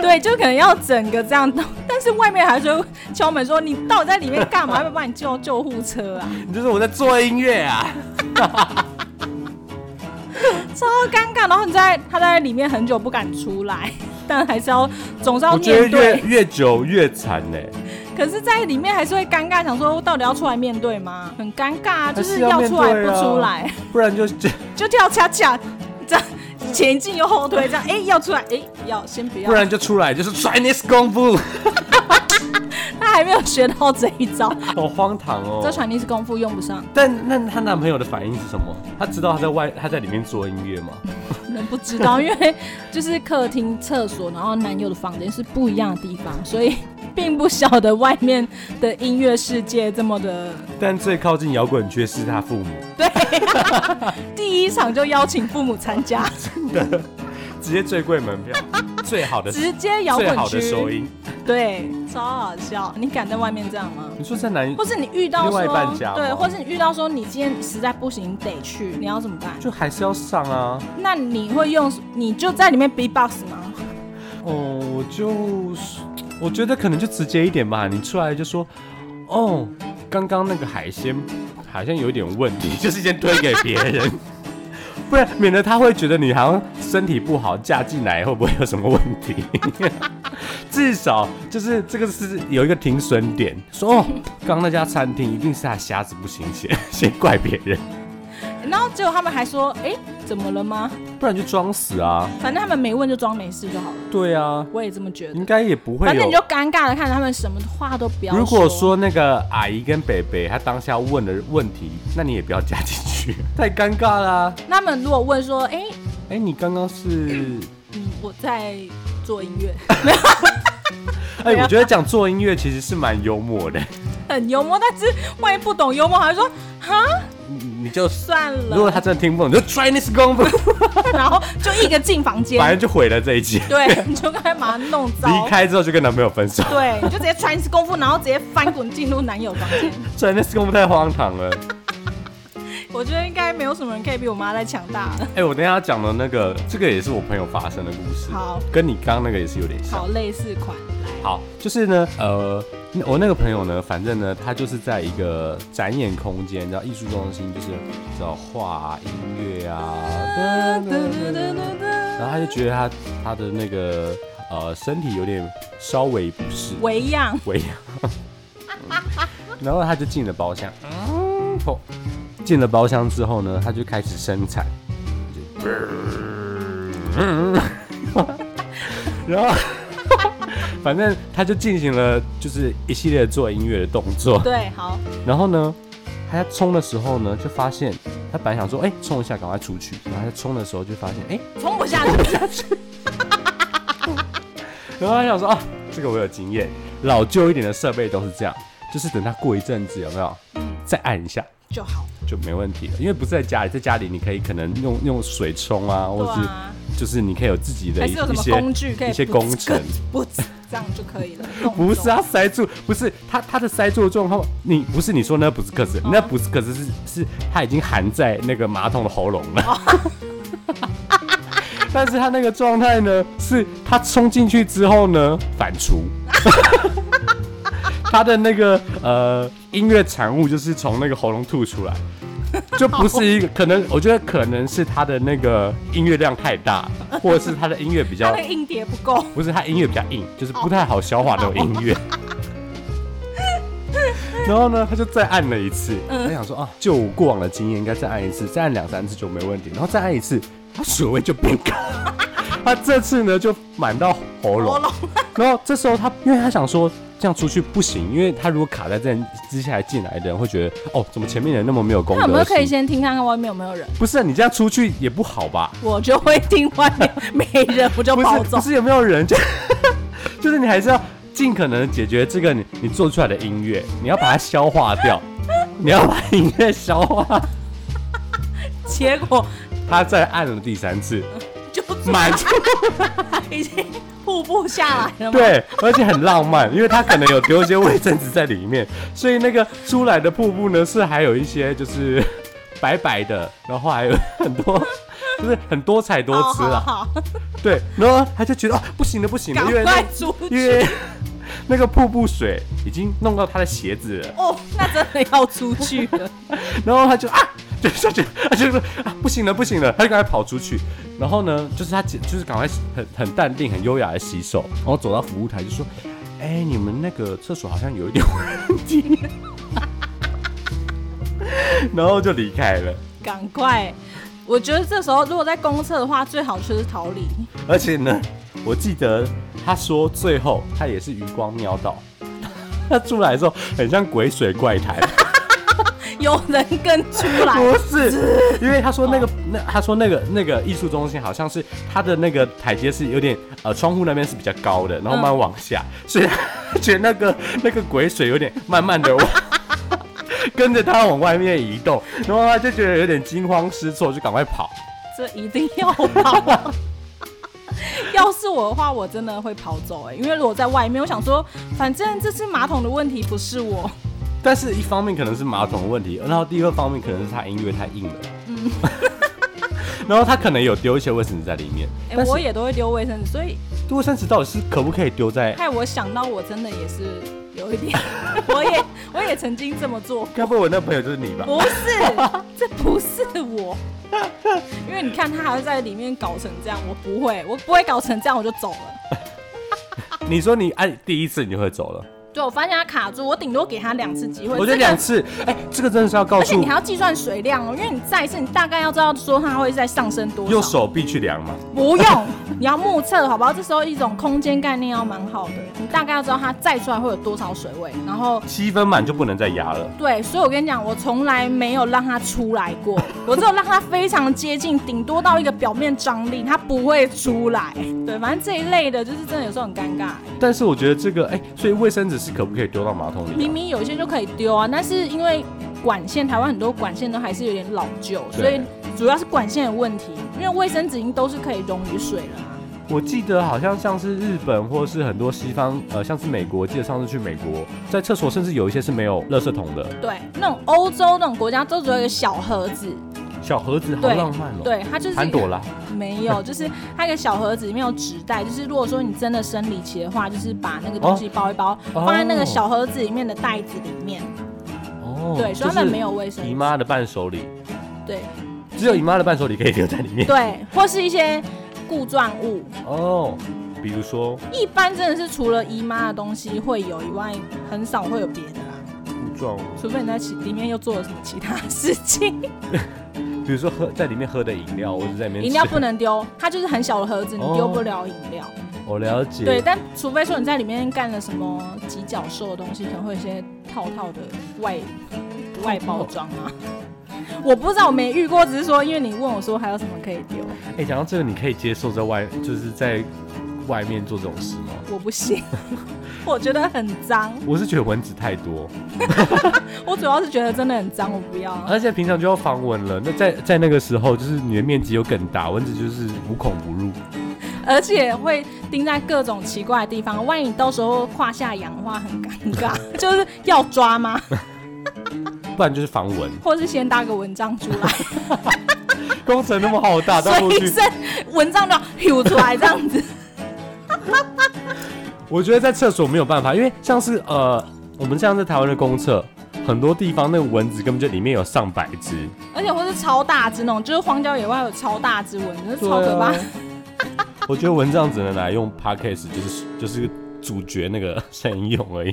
[SPEAKER 2] 对，就可能要整个这样，但是外面还是会敲门说你到底在里面干嘛？要不要帮你救救护车啊？
[SPEAKER 1] 你就是我在做音乐啊。
[SPEAKER 2] 超尴尬。然后你在他在里面很久不敢出来，但还是要总是要
[SPEAKER 1] 我觉得
[SPEAKER 2] 面
[SPEAKER 1] 越
[SPEAKER 2] 对。
[SPEAKER 1] 越久越惨呢、
[SPEAKER 2] 可是，在里面还是会尴尬，想说到底要出来面对吗？很尴尬啊，就
[SPEAKER 1] 还
[SPEAKER 2] 是
[SPEAKER 1] 是要
[SPEAKER 2] 要出来
[SPEAKER 1] 面对啊
[SPEAKER 2] 不出来，
[SPEAKER 1] 不然就这，
[SPEAKER 2] 就跳恰恰这样前进又后退这样。哎、要出来，哎、要先不要
[SPEAKER 1] 不。然就出来就是 Chinese 功 [LAUGHS] 夫，
[SPEAKER 2] 他还没有学到这一招，
[SPEAKER 1] 好荒唐哦。
[SPEAKER 2] 这传递是功夫用不上。
[SPEAKER 1] 但那她男朋友的反应是什么？她知道她在外，她在里面做音乐吗？
[SPEAKER 2] 能不知道，因 [LAUGHS] 为就是客厅、厕所，然后男友的房间是不一样的地方，所以 [LAUGHS] 并不晓得外面的音乐世界这么的。
[SPEAKER 1] 但最靠近摇滚圈是她 [LAUGHS] 父母，
[SPEAKER 2] [LAUGHS]
[SPEAKER 1] [LAUGHS]
[SPEAKER 2] 对，第一场就邀请父母参加，
[SPEAKER 1] 直接最贵门票，最好的
[SPEAKER 2] 直接摇
[SPEAKER 1] 最
[SPEAKER 2] 滚
[SPEAKER 1] 好的收
[SPEAKER 2] 区，
[SPEAKER 1] 音。
[SPEAKER 2] 对，超好笑。你敢在外面这样吗？
[SPEAKER 1] 你说在南
[SPEAKER 2] 或是你遇到
[SPEAKER 1] 另外一半
[SPEAKER 2] 说
[SPEAKER 1] 家
[SPEAKER 2] 对，
[SPEAKER 1] 吗
[SPEAKER 2] 或是你遇到说你今天实在不行得去，你要怎么办？
[SPEAKER 1] 就还是要上啊？
[SPEAKER 2] 那你会用你就在里面 beatbox 吗？
[SPEAKER 1] 哦，我就是我觉得可能就直接一点吧，你出来就说，哦，刚刚那个海鲜好像有点问题， [LAUGHS] 就是先推给别人。 [LAUGHS] 不然，免得他会觉得你好像身体不好，嫁进来会不会有什么问题？ [LAUGHS] 至少就是这个是有一个停损点，说哦，刚刚那家餐厅一定是他虾子不新鲜，先 [LAUGHS] 怪别人，
[SPEAKER 2] 然后结果他们还说，哎、怎么了吗？
[SPEAKER 1] 不然就装死啊。
[SPEAKER 2] 反正他们没问就装没事就好了。
[SPEAKER 1] 对啊，
[SPEAKER 2] 我也这么觉得
[SPEAKER 1] 应。该也不会
[SPEAKER 2] 反正
[SPEAKER 1] 有
[SPEAKER 2] 你就。尴尬的看着他们，什么话都不要
[SPEAKER 1] 如果说那个阿姨跟北北他当下问的问题，那你也不要加进
[SPEAKER 2] [LAUGHS]
[SPEAKER 1] 去，太尴尬啦、
[SPEAKER 2] 那他们如果问说，哎、
[SPEAKER 1] 哎、你刚刚
[SPEAKER 2] [LAUGHS]
[SPEAKER 1] 是，
[SPEAKER 2] 嗯，我在做音乐， [LAUGHS]
[SPEAKER 1] 哎、我觉得讲做音乐其实是蛮幽默
[SPEAKER 2] [LAUGHS]
[SPEAKER 1] 的，
[SPEAKER 2] 很幽默，但是万一不懂幽默，还说
[SPEAKER 1] 你你就
[SPEAKER 2] 算了，
[SPEAKER 1] 如果他真的听不懂，你就 Chinese
[SPEAKER 2] [LAUGHS]
[SPEAKER 1] 功夫，
[SPEAKER 2] 然后就一个进房间
[SPEAKER 1] 反，正就毁了这一集。
[SPEAKER 2] 对，你就该把它弄
[SPEAKER 1] [LAUGHS]
[SPEAKER 2] 糟，
[SPEAKER 1] 离开之后就跟男朋友分手
[SPEAKER 2] 对，你就直接穿一次功夫，然后直接翻滚进入男友房间。 [LAUGHS]
[SPEAKER 1] ，Chinese 功夫太荒唐了。
[SPEAKER 2] 我觉得应该没有什么人可以比我妈再强大了。
[SPEAKER 1] 哎、我等一下讲的那个，这个也是我朋友发生的故事，
[SPEAKER 2] 好，
[SPEAKER 1] 跟你刚刚那个也是有点像。
[SPEAKER 2] 好，类似款，来，
[SPEAKER 1] 好，就是呢，呃，那我那个朋友呢，反正呢，他就是在一个展演空间，然后艺术中心，就是叫画、啊、音乐啊，哒哒哒哒然后他就觉得他他的那个呃身体有点稍微不适，
[SPEAKER 2] 维样，
[SPEAKER 1] 微痒， [LAUGHS] 然后他就进了包厢，嗯，吼进了包厢之后呢，他就开始生产，就嗯 [LAUGHS] 然后反正他就进行了就是一系列做音乐的动作，
[SPEAKER 2] 对，好，
[SPEAKER 1] 然后呢，他在冲的时候呢，就发现他本来想说，哎、冲一下赶快出去，然后他在冲的时候就发现，哎、
[SPEAKER 2] 冲不下去，
[SPEAKER 1] 然后他想说啊，这个我有经验，老旧一点的设备都是这样，就是等它过一阵子有没有，
[SPEAKER 2] 嗯
[SPEAKER 1] 再按一下
[SPEAKER 2] [LAUGHS] 就好，
[SPEAKER 1] 就没问题了，因为不是在家里，在家里你可以可能用用水冲啊，
[SPEAKER 2] 对
[SPEAKER 1] 或是
[SPEAKER 2] 啊，
[SPEAKER 1] 就是你可以有自己的
[SPEAKER 2] 还
[SPEAKER 1] 一
[SPEAKER 2] 是有什
[SPEAKER 1] 一
[SPEAKER 2] 么
[SPEAKER 1] 些
[SPEAKER 2] 工具可以
[SPEAKER 1] 一些工程。
[SPEAKER 2] [LAUGHS] 不这样就可以了，
[SPEAKER 1] 不是，他啊塞住，不是他他的塞住的状况，你不是你说那不是克斯，那不是克斯是是他已经含在那个马桶的喉咙了。 [LAUGHS] 但是他那个状态呢，是他冲进去之后呢反刍， [LAUGHS] 他的那个呃音乐产物就是从那个喉咙吐出来，就不是一个可能，我觉得可能是他的那个音乐量太大，或者是他的音乐比
[SPEAKER 2] 它
[SPEAKER 1] 较
[SPEAKER 2] 那个硬碟不
[SPEAKER 1] [LAUGHS]
[SPEAKER 2] 够，
[SPEAKER 1] 不是，它音乐比较硬，就是不太好消化那种音
[SPEAKER 2] [LAUGHS]
[SPEAKER 1] 乐。然后呢，他就再按了一次，
[SPEAKER 2] 嗯
[SPEAKER 1] 他想说啊，就我过往的经验，应该再按一次，再按两三次就没问题。然后再按一次，他水位就变
[SPEAKER 2] [LAUGHS]
[SPEAKER 1] 高，他这次呢就满到喉
[SPEAKER 2] 喉
[SPEAKER 1] 咙。
[SPEAKER 2] 咙
[SPEAKER 1] 然后这时候他，因为他想说这样出去不行，因为他如果卡在这接下来进来的人会觉得，哦，怎么前面的人那么没有公
[SPEAKER 2] 那我
[SPEAKER 1] 德
[SPEAKER 2] 们可以
[SPEAKER 1] 心？
[SPEAKER 2] 先听看看外面有没有人，
[SPEAKER 1] 不是、啊、你这样出去也不好吧？
[SPEAKER 2] 我就会听外面没人，我就
[SPEAKER 1] 不
[SPEAKER 2] 跑
[SPEAKER 1] 是
[SPEAKER 2] 走
[SPEAKER 1] 不。是有没有人，就 [LAUGHS] 就是你还是要尽可能解决这个你你做出来的音乐，你要把它消化
[SPEAKER 2] [LAUGHS]
[SPEAKER 1] 掉，你要把音乐消化。
[SPEAKER 2] 结果
[SPEAKER 1] 他再按了第三
[SPEAKER 2] [LAUGHS]
[SPEAKER 1] 次，
[SPEAKER 2] 就
[SPEAKER 1] 满出
[SPEAKER 2] 已经瀑布下来了嘛。
[SPEAKER 1] 对，而且很浪漫，因为他可能有丢一些卫生纸在里面，所以那个出来的瀑布呢是还有一些就是 [LAUGHS] 白白的，然后还有很多 [LAUGHS] 就是很多彩多啊
[SPEAKER 2] 好
[SPEAKER 1] 姿
[SPEAKER 2] 哦好
[SPEAKER 1] 啦。
[SPEAKER 2] 好，
[SPEAKER 1] 对，然后他就觉得哦不行了不行了，
[SPEAKER 2] 赶
[SPEAKER 1] 因为
[SPEAKER 2] 快
[SPEAKER 1] 那
[SPEAKER 2] 出
[SPEAKER 1] 因
[SPEAKER 2] 去
[SPEAKER 1] 为 [LAUGHS] 那个瀑布水已经弄到他的鞋子了。
[SPEAKER 2] 哦！那真的要出去了，
[SPEAKER 1] 然后他就啊，就是就他就说啊，不行了，不行了，他就赶快跑出去。然后呢，就是他就是赶快很很淡定、很优雅的洗手，然后走到服务台就说：“哎，你们那个厕所好像有一点问题。”然后就离开了。
[SPEAKER 2] 赶快！我觉得这时候如果在公厕的话，最好就是逃离。
[SPEAKER 1] 而且呢，我记得他说最后他也是余光瞄到，他出来的时候很像鬼水怪谈。
[SPEAKER 2] 有人跟出来，
[SPEAKER 1] 不是，因为他说那个那他说那个那个艺术中心好像是他的那个台阶是有点呃窗户那边是比较高的，然后慢慢往下，所以 [LAUGHS] 他觉得那个那个鬼水有点慢慢的往 [LAUGHS] 跟着他往外面移动，然后他就觉得有点惊慌失措，就赶快跑。
[SPEAKER 2] [LAUGHS] 这一定要跑。我的话，我真的会跑走哎、因为如果在外面，我想说，反正这次马桶的问题不是我，
[SPEAKER 1] 但是一方面可能是马桶的问题，然后第二方面可能是他音乐太硬了。 [LAUGHS] 嗯。然后他可能有丢一些卫生纸在里面，
[SPEAKER 2] 哎、
[SPEAKER 1] 但是
[SPEAKER 2] 我也都会丢卫生纸，所以
[SPEAKER 1] 卫生纸到底是可不可以丢在？
[SPEAKER 2] 害我想到我真的也是有一
[SPEAKER 1] [LAUGHS]
[SPEAKER 2] 点，我也我也曾经这么做，
[SPEAKER 1] 该不会我那朋友就是你吧？
[SPEAKER 2] 不
[SPEAKER 1] [LAUGHS]
[SPEAKER 2] 是，这不是我。因为你看他还会在里面搞成这样，我不会，我不会搞成这样我就走了。
[SPEAKER 1] 你说你按第一次你就会走了，
[SPEAKER 2] 对，我发现他卡住，我顶多给他两次机会。
[SPEAKER 1] 我觉得
[SPEAKER 2] 这个
[SPEAKER 1] 两次，哎，这个真的是要告
[SPEAKER 2] 而且
[SPEAKER 1] 诉
[SPEAKER 2] 你还要计算水量哦，因为你再一次，你大概要知道说它会再上升多少。
[SPEAKER 1] 用手臂去量嘛。
[SPEAKER 2] 不用，你要目测好不好？这时候一种空间概念要蛮好的，你大概要知道它再出来会有多少水位，然后。
[SPEAKER 1] 七分满就不能再压了。
[SPEAKER 2] 对，所以我跟你讲，我从来没有让它出来过，我只有让它非常接近，顶多到一个表面张力，它不会出来。对，反正这一类的，就是真的有时候很尴尬。欸
[SPEAKER 1] 但是我觉得这个，哎、所以卫生纸是可不可以丢到马桶里、
[SPEAKER 2] 明
[SPEAKER 1] 啊？
[SPEAKER 2] 明有一些就可以丢啊，但是因为管线，台湾很多管线都还是有点老旧，
[SPEAKER 1] 对
[SPEAKER 2] 所以主要是管线的问题。因为卫生纸巾都是可以溶于水了啊、
[SPEAKER 1] 我记得好像像是日本或是很多西方，呃，像是美国，我记得上次去美国，在厕所甚至有一些是没有垃圾桶的
[SPEAKER 2] 对，那种欧洲那种国家都只有一个小盒子，
[SPEAKER 1] 小盒子，好
[SPEAKER 2] 对
[SPEAKER 1] 浪漫哦、
[SPEAKER 2] 对，它就是
[SPEAKER 1] 潘朵拉，
[SPEAKER 2] 没有，就是它一个小盒子里面有纸袋，就是如果说你真的生理期的话，就是把那个东西包一包，
[SPEAKER 1] 哦
[SPEAKER 2] 放在那个小盒子里面的袋子里面。
[SPEAKER 1] 哦，
[SPEAKER 2] 对，所以他们没有卫
[SPEAKER 1] 就
[SPEAKER 2] 生
[SPEAKER 1] 是姨
[SPEAKER 2] 纸。
[SPEAKER 1] 妈的伴手礼，
[SPEAKER 2] 对
[SPEAKER 1] 只有姨妈的伴手礼可以留在里面。
[SPEAKER 2] 对，或是一些固状物，
[SPEAKER 1] 哦，比如说
[SPEAKER 2] 一般真的是除了姨妈的东西会有以外，很少会有别的啦，
[SPEAKER 1] 护状，
[SPEAKER 2] 除非你在其里面又做了什么其他事情。
[SPEAKER 1] 比如说喝在里面喝的饮料，或者在里面吃
[SPEAKER 2] 饮料不能丢，它就是很小的盒子，你
[SPEAKER 1] 哦
[SPEAKER 2] 丢不了饮料。
[SPEAKER 1] 我了解。
[SPEAKER 2] 对，但除非说你在里面干了什么几角兽的东西，可能会有一些套套的外外包装啊。 [LAUGHS] 我不知道，我没遇过，只是说因为你问我说还有什么可以丢，
[SPEAKER 1] 哎、讲到这个，你可以接受在外，就是在外面做这种事吗？
[SPEAKER 2] 我不行， [LAUGHS] 我觉得很脏，
[SPEAKER 1] 我是觉得蚊子太多，
[SPEAKER 2] 我主要是觉得真的很脏，我不要啊。
[SPEAKER 1] 而且平常就要防蚊了。那在在那个时候，就是你的面积又更大，蚊子就是无孔不入。
[SPEAKER 2] 而且会盯在各种奇怪的地方，万一你到时候胯下痒的话，很尴尬，
[SPEAKER 1] [LAUGHS]
[SPEAKER 2] 就是要抓吗？ [LAUGHS]
[SPEAKER 1] 不然就是防蚊。
[SPEAKER 2] 或是先搭个蚊帐出
[SPEAKER 1] [LAUGHS]
[SPEAKER 2] 来，
[SPEAKER 1] 工程那么浩 [LAUGHS] 大，到
[SPEAKER 2] 所
[SPEAKER 1] 过
[SPEAKER 2] 以一
[SPEAKER 1] 去，
[SPEAKER 2] 身蚊帐就 [LAUGHS] 丢出来这样子。
[SPEAKER 1] 我觉得在厕所没有办法，因为像是呃，我们像在台湾的公厕，很多地方那个蚊子根本就里面有上百只，
[SPEAKER 2] 而且或是超大只那种，就是荒郊野外有超大只蚊，真是超可怕。
[SPEAKER 1] 对啊我觉得蚊帐只能拿来用 podcast，就是就是主角那个声音用而已。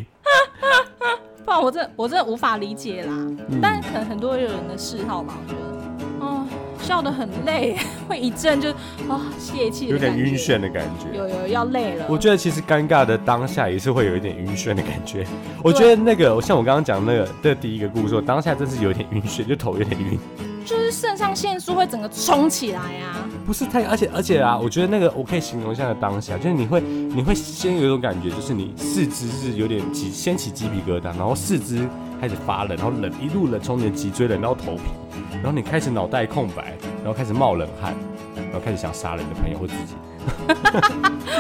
[SPEAKER 2] 不然我这我这无法理解啦。
[SPEAKER 1] 嗯
[SPEAKER 2] 但可能很多人的嗜好吧，我觉得，哦，笑得很累， [LAUGHS] 会一阵就啊、哦、泄气，
[SPEAKER 1] 有点晕，眩的感觉。
[SPEAKER 2] 有有要累了。
[SPEAKER 1] 我觉得其实尴尬的当下也是会有一点晕眩的感觉。我觉得那个像我刚刚讲那个的第一个故事，我当下真是有点晕眩，就头有点晕，
[SPEAKER 2] 就是肾上腺素会整个冲起来啊。
[SPEAKER 1] 不是太，而且而且啊，我觉得那个我可以形容一下那个当下，就是你会你会先有一种感觉，就是你四肢是有点起先起鸡皮疙瘩，然后四肢开始发冷，然后冷一路冷从你的脊椎冷到头皮，然后你开始脑袋空白，然后开始冒冷汗，然后开始想杀人的朋友或自己。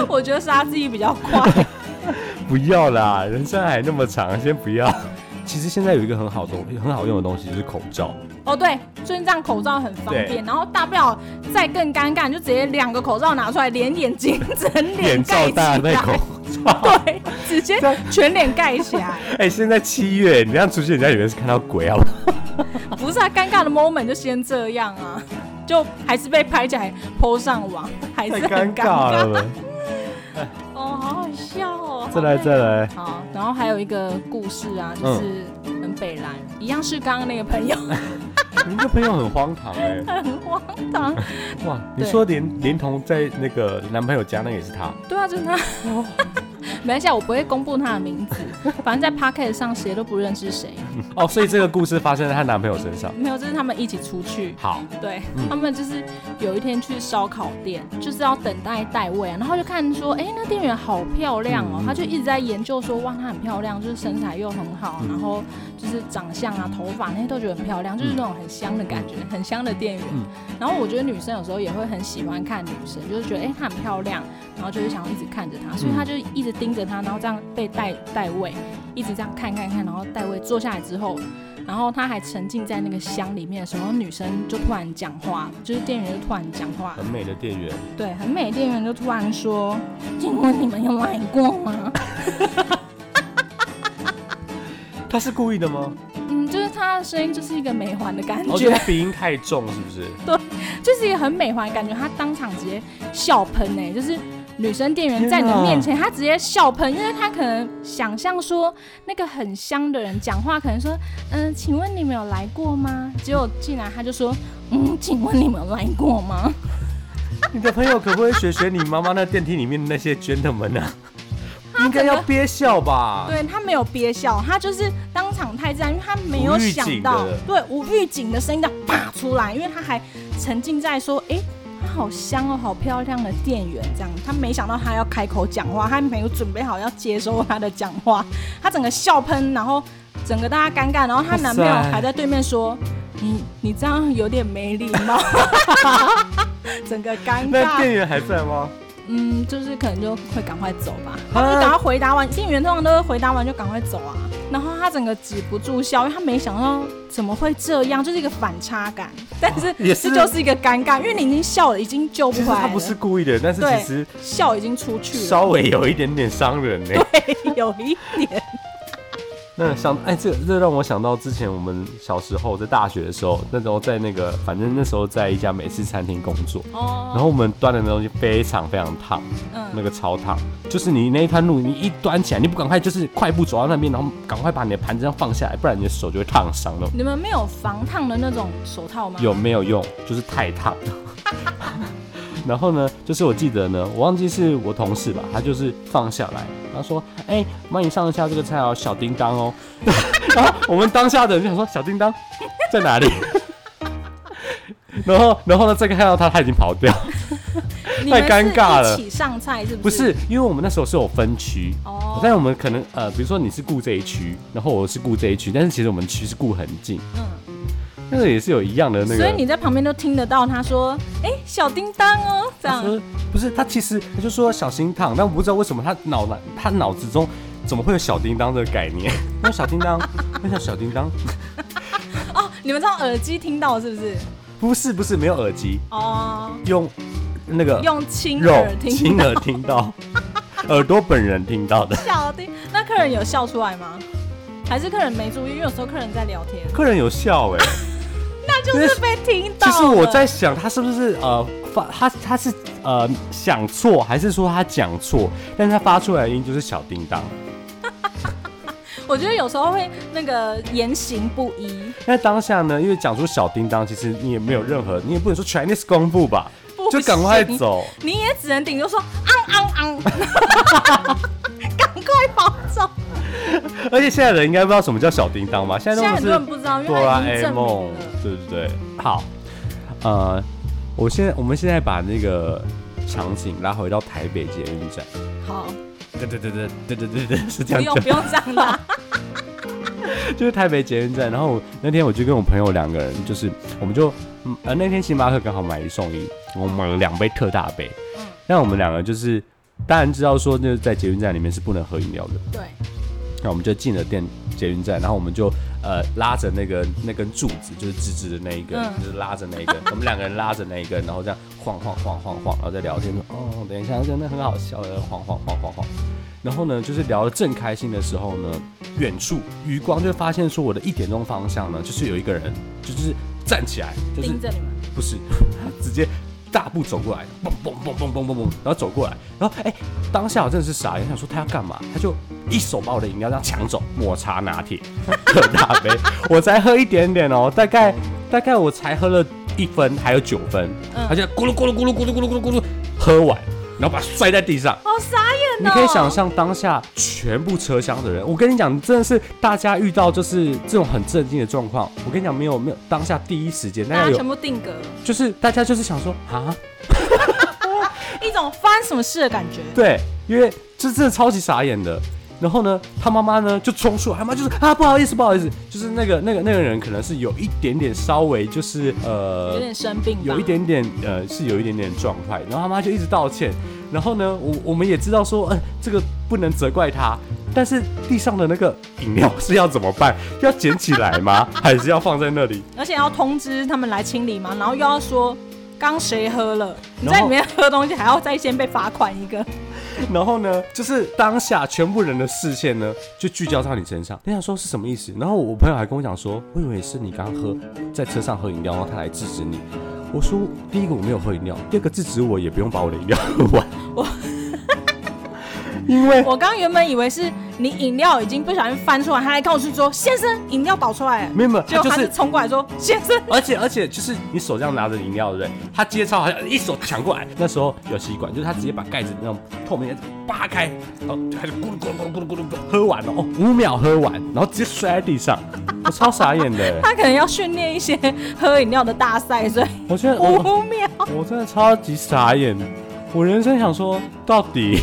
[SPEAKER 2] 我觉得杀自己比较快。
[SPEAKER 1] [LAUGHS] 不要啦，人生还那么长，先不要。 [LAUGHS] 其实现在有一个很好用、很好用的东西，就是口罩。
[SPEAKER 2] 哦，对，就是这样口罩很方便，然后大不了再更尴尬，你就直接两个口罩拿出来，连眼睛整
[SPEAKER 1] [LAUGHS]
[SPEAKER 2] 脸
[SPEAKER 1] [LAUGHS] 眼罩
[SPEAKER 2] 盖起
[SPEAKER 1] 大
[SPEAKER 2] 来，
[SPEAKER 1] 戴口罩。
[SPEAKER 2] 对，直接全脸盖起来。
[SPEAKER 1] [LAUGHS] 哎、现在七月，你这样出去，人家以为是看到鬼好不 [LAUGHS] 好？
[SPEAKER 2] 不是啊，尴尬的 moment 就先这样啊，就还是被拍起来 po 上网，还是
[SPEAKER 1] 太
[SPEAKER 2] 很
[SPEAKER 1] 尴
[SPEAKER 2] 尬
[SPEAKER 1] 尬了吧。
[SPEAKER 2] 哦，好好笑哦。
[SPEAKER 1] 再来，再 [LAUGHS] 来。
[SPEAKER 2] 好，然后还有一个故事啊，
[SPEAKER 1] 嗯
[SPEAKER 2] 就是很北蓝，一样是刚刚那个朋友
[SPEAKER 1] 你这朋友很荒唐哎、
[SPEAKER 2] 很荒唐。
[SPEAKER 1] 哇，
[SPEAKER 2] 对
[SPEAKER 1] 你说连连同在那个男朋友家那个也是他，
[SPEAKER 2] 对啊，就是他。 [LAUGHS] 没关系啊，我不会公布他的名字，反正在 p o c k e t 上谁都不认识谁。
[SPEAKER 1] 哦，所以这个故事发生在她男朋友身上。
[SPEAKER 2] 没有，就是他们一起出去，
[SPEAKER 1] 好，
[SPEAKER 2] 对、
[SPEAKER 1] 嗯
[SPEAKER 2] 他们就是有一天去烧烤店，就是要等待代位啊，然后就看说，哎、那店员好漂亮哦、
[SPEAKER 1] 嗯
[SPEAKER 2] 他就一直在研究说，哇，她很漂亮，就是身材又很好，啊
[SPEAKER 1] 嗯
[SPEAKER 2] 然后就是长相啊、头发那些都觉得很漂亮，就是那种很香的感觉，很香的店员。
[SPEAKER 1] 嗯
[SPEAKER 2] 然后我觉得女生有时候也会很喜欢看女生，就是觉得哎、诶她很漂亮，然后就是想要一直看着
[SPEAKER 1] 嗯
[SPEAKER 2] 她，所以她就一直盯着她，然后这样被代代位，一直这样看看看，然后代位坐下来之后，然后他还沉浸在那个香里面的时候，女生就突然讲话，就是店员就突然讲话，
[SPEAKER 1] 很美的店员，
[SPEAKER 2] 对，很美的店员就突然说：“请问你们有买过吗
[SPEAKER 1] 他是故意的吗？？”
[SPEAKER 2] 嗯，就是他的声音就是一个美环的感
[SPEAKER 1] 哦，
[SPEAKER 2] 觉
[SPEAKER 1] 觉，得鼻音太重是不是？
[SPEAKER 2] 就是一个很美环的感觉。他当场直接笑喷哎、就是。女生店员在你的面前，她直接笑喷，因为她可能想象说那个很香的人讲话，可能说，嗯、请问你们有来过吗？结果进来他就说，嗯，请问你们有来过吗？
[SPEAKER 1] 你的朋友可不可以学学你妈妈那电梯里面的那些 gentlemen 啊？应该要憋笑吧？
[SPEAKER 2] 对他没有憋笑，他就是当场太自然，因为他没有想
[SPEAKER 1] 无预警
[SPEAKER 2] 到
[SPEAKER 1] 的，
[SPEAKER 2] 对无预警的声音的啊啪出来，因为他还沉浸在说，哎、她好香哦，好漂亮的店员这样，他没想到他要开口讲话，他没有准备好要接收他的讲话，他整个笑喷，然后整个大家尴尬，然后她男朋友
[SPEAKER 1] 哇塞
[SPEAKER 2] 还在对面说，你你这样有点没礼貌， [LAUGHS] 整个尴
[SPEAKER 1] 那
[SPEAKER 2] 尬，
[SPEAKER 1] 店员还在吗？
[SPEAKER 2] 嗯，就是可能就会赶快走吧。你赶
[SPEAKER 1] 啊，
[SPEAKER 2] 快回答完，店员通常都会回答完就赶快走啊。然后他整个止不住笑，因为他没想到怎么会这样，就是一个反差感。但是
[SPEAKER 1] 啊也是
[SPEAKER 2] 这就是一个尴尬，因为你已经笑了，已经救
[SPEAKER 1] 其
[SPEAKER 2] 不
[SPEAKER 1] 实
[SPEAKER 2] 回来
[SPEAKER 1] 他
[SPEAKER 2] 了。
[SPEAKER 1] 不是故意的，但是其实
[SPEAKER 2] 笑已经出去了，
[SPEAKER 1] 稍微有一点点伤人呢、
[SPEAKER 2] 有一
[SPEAKER 1] [LAUGHS]
[SPEAKER 2] 点。
[SPEAKER 1] 那想，哎，这这让我想到之前我们小时候在大学的时候，那时候在那个，反正那时候在一家美式餐厅工作，然
[SPEAKER 2] 哦，
[SPEAKER 1] 后我们端的那东西非常非常烫，那
[SPEAKER 2] 嗯，
[SPEAKER 1] 个超烫，就是你那一滩路，你一端起来，你不赶快就是快步走到那边，然后赶快把你的盘子这样放下来，不然你的手就会烫伤了。
[SPEAKER 2] 你们没有防烫的那种手套吗？
[SPEAKER 1] 有没有用？就是太烫。 [LAUGHS] 然后呢，就是我记得呢，我忘记是我同事吧，他就是放下来，他说：“哎、帮你上一下这个菜哦，小叮当哦。” [LAUGHS] 然后我们当下的人就想说：“小叮当在哪里？” [LAUGHS] 然后，然后呢，再看到他，他已经跑掉。
[SPEAKER 2] 你们
[SPEAKER 1] 太尴尬了
[SPEAKER 2] 是一起上菜是
[SPEAKER 1] 不
[SPEAKER 2] 不是？
[SPEAKER 1] 是，因为我们那时候是有分区，
[SPEAKER 2] 哦
[SPEAKER 1] 但我们可能呃，比如说你是顾这一区，然后我是顾这一区，但是其实我们区是顾很近，
[SPEAKER 2] 嗯，
[SPEAKER 1] 那个也是有一样的那个。
[SPEAKER 2] 所以你在旁边都听得到他说：“哎，小叮当哦，这
[SPEAKER 1] 他
[SPEAKER 2] 样。
[SPEAKER 1] 说不是，他其实他就说小心烫，但我不知道为什么他脑脑他脑子中怎么会有小叮当这个概
[SPEAKER 2] [LAUGHS]
[SPEAKER 1] 念？那小叮当，那叫小叮当，”
[SPEAKER 2] 哦你们这种耳机听到是不是？
[SPEAKER 1] 不是不是没有耳机，
[SPEAKER 2] 哦，
[SPEAKER 1] 用那个
[SPEAKER 2] 用亲
[SPEAKER 1] 肉
[SPEAKER 2] 耳听
[SPEAKER 1] 亲耳听到，耳朵本人听到的。
[SPEAKER 2] 笑的。那客人有笑出来吗？还是客人没注意？因为有时候客人在聊天，
[SPEAKER 1] 客人有笑哎、
[SPEAKER 2] [LAUGHS] 那就是被听到
[SPEAKER 1] 其
[SPEAKER 2] 了。
[SPEAKER 1] 实我在想他是不是呃发他他是呃想错，还是说他讲错？但是他发出来的音就是小叮当。
[SPEAKER 2] 我觉得有时候会那个言行不一，
[SPEAKER 1] 那当下呢，因为讲出小叮当，其实你也没有任何，你也不能说 Chinese 功夫吧，
[SPEAKER 2] 不
[SPEAKER 1] 就赶快走。
[SPEAKER 2] 你也只能顶多说昂昂昂， [LAUGHS] 赶快跑走。
[SPEAKER 1] 而且现在人应该不知道什么叫小叮当吧？现在
[SPEAKER 2] 现
[SPEAKER 1] 都
[SPEAKER 2] 在很
[SPEAKER 1] 是
[SPEAKER 2] 多人不知道，因
[SPEAKER 1] 哆
[SPEAKER 2] 为他
[SPEAKER 1] 啦
[SPEAKER 2] 已经
[SPEAKER 1] A
[SPEAKER 2] 证
[SPEAKER 1] 梦
[SPEAKER 2] 明了。，
[SPEAKER 1] 对不对？好，呃，我现在我们现在把那个场景拉回到台北捷运站，
[SPEAKER 2] 好，
[SPEAKER 1] 对对对对对对对对，是这
[SPEAKER 2] 不
[SPEAKER 1] 样
[SPEAKER 2] 用
[SPEAKER 1] 讲
[SPEAKER 2] 不，用这
[SPEAKER 1] [LAUGHS]
[SPEAKER 2] 样啦。
[SPEAKER 1] 就是台北捷运站。然后我那天我就跟我朋友两个人，就是我们就嗯呃那天星巴克刚好买一送一，我们买了两杯特大杯
[SPEAKER 2] 嗯，
[SPEAKER 1] 那我们两个就是当然知道说就是在捷运站里面是不能喝饮料的。
[SPEAKER 2] 对，
[SPEAKER 1] 那我们就进了电捷运站，然后我们就呃拉着那个那根柱子，就是直直的那一根，
[SPEAKER 2] 嗯
[SPEAKER 1] 就是拉着那
[SPEAKER 2] [LAUGHS]
[SPEAKER 1] 一根，我们两个人拉着那一根，然后这样晃晃晃晃晃，然后再聊天说，哦，等一下，真的很好笑的，晃晃晃晃晃。然后呢，就是聊得正开心的时候呢，远处余光就发现说，我的一点钟方向呢，就是有一个人，就是站起来，就是
[SPEAKER 2] 盯着你们。
[SPEAKER 1] 不是， [LAUGHS] 他直接大步走过来，嘣嘣嘣嘣嘣嘣嘣，然后走过来，然后哎、当下我真的是傻眼，想说他要干嘛？他就一手把我的饮料这样抢走，抹茶拿铁， [LAUGHS] 特大杯，我才喝一点点哦，大概大概我才喝了一分，还有九分，
[SPEAKER 2] 嗯
[SPEAKER 1] 他就咕噜咕噜咕噜咕噜咕噜咕噜咕噜喝完。然后把他摔在地上。
[SPEAKER 2] 好傻眼哦！
[SPEAKER 1] 你可以想象当下全部车厢的人，我跟你讲，真的是大家遇到就是这种很震惊的状况，我跟你讲，没有没有当下第一时间，大
[SPEAKER 2] 大
[SPEAKER 1] 家
[SPEAKER 2] 家
[SPEAKER 1] 有
[SPEAKER 2] 全部定格了，
[SPEAKER 1] 就是大家就是想说啊，
[SPEAKER 2] 一种发生什么事的感觉。
[SPEAKER 1] 对，因为这真的超级傻眼的。然后呢，他妈妈呢就冲出来，他妈就是啊，不好意思，不好意思，就是那个那个那个人可能是有一点点稍微就是呃
[SPEAKER 2] 有点生病吧，
[SPEAKER 1] 有一点点呃是有一点点状态，然后他妈就一直道歉，然后呢，我我们也知道说，呃，这个不能责怪他，但是地上的那个饮料是要怎么办？要捡起来吗？还是要放在那里？
[SPEAKER 2] 而且要通知他们来清理嘛，然后又要说刚谁喝了，你
[SPEAKER 1] 然后
[SPEAKER 2] 在里面喝东西还要再先被罚款一个， [LAUGHS]
[SPEAKER 1] 然后呢，就是当下全部人的视线呢就聚焦到你身上，你想说是什么意思？然后我朋友还跟我讲说，我以为是你刚喝在车上喝饮料，然后他来制止你。我说第一个我没有喝饮料，第二个制止我也不用把我的饮料喝完。
[SPEAKER 2] 我
[SPEAKER 1] 因为
[SPEAKER 2] 我刚原本以为是你饮料已经不小心翻出来，他还跟我去说先生饮料倒出来了，
[SPEAKER 1] 没有没有，
[SPEAKER 2] 结
[SPEAKER 1] 他
[SPEAKER 2] 果
[SPEAKER 1] 就
[SPEAKER 2] 他
[SPEAKER 1] 是
[SPEAKER 2] 是冲过来说先生，
[SPEAKER 1] 而且而且就是你手这样拿着饮料，对不对？他接超好像一手抢过来，那时候有吸管，就是他直接把盖子那种透明的扒开，然后他就咕噜咕噜咕噜咕噜咕噜咕噜喝完了，哦，五秒喝完，然后直接摔在地上，我超傻眼的，
[SPEAKER 2] 他可能要训练一些喝饮料的大
[SPEAKER 1] [LAUGHS]
[SPEAKER 2] 赛，所以
[SPEAKER 1] 我觉得
[SPEAKER 2] [LAUGHS]
[SPEAKER 1] 我
[SPEAKER 2] 五秒。
[SPEAKER 1] 我真的超级傻眼，我人生想说到底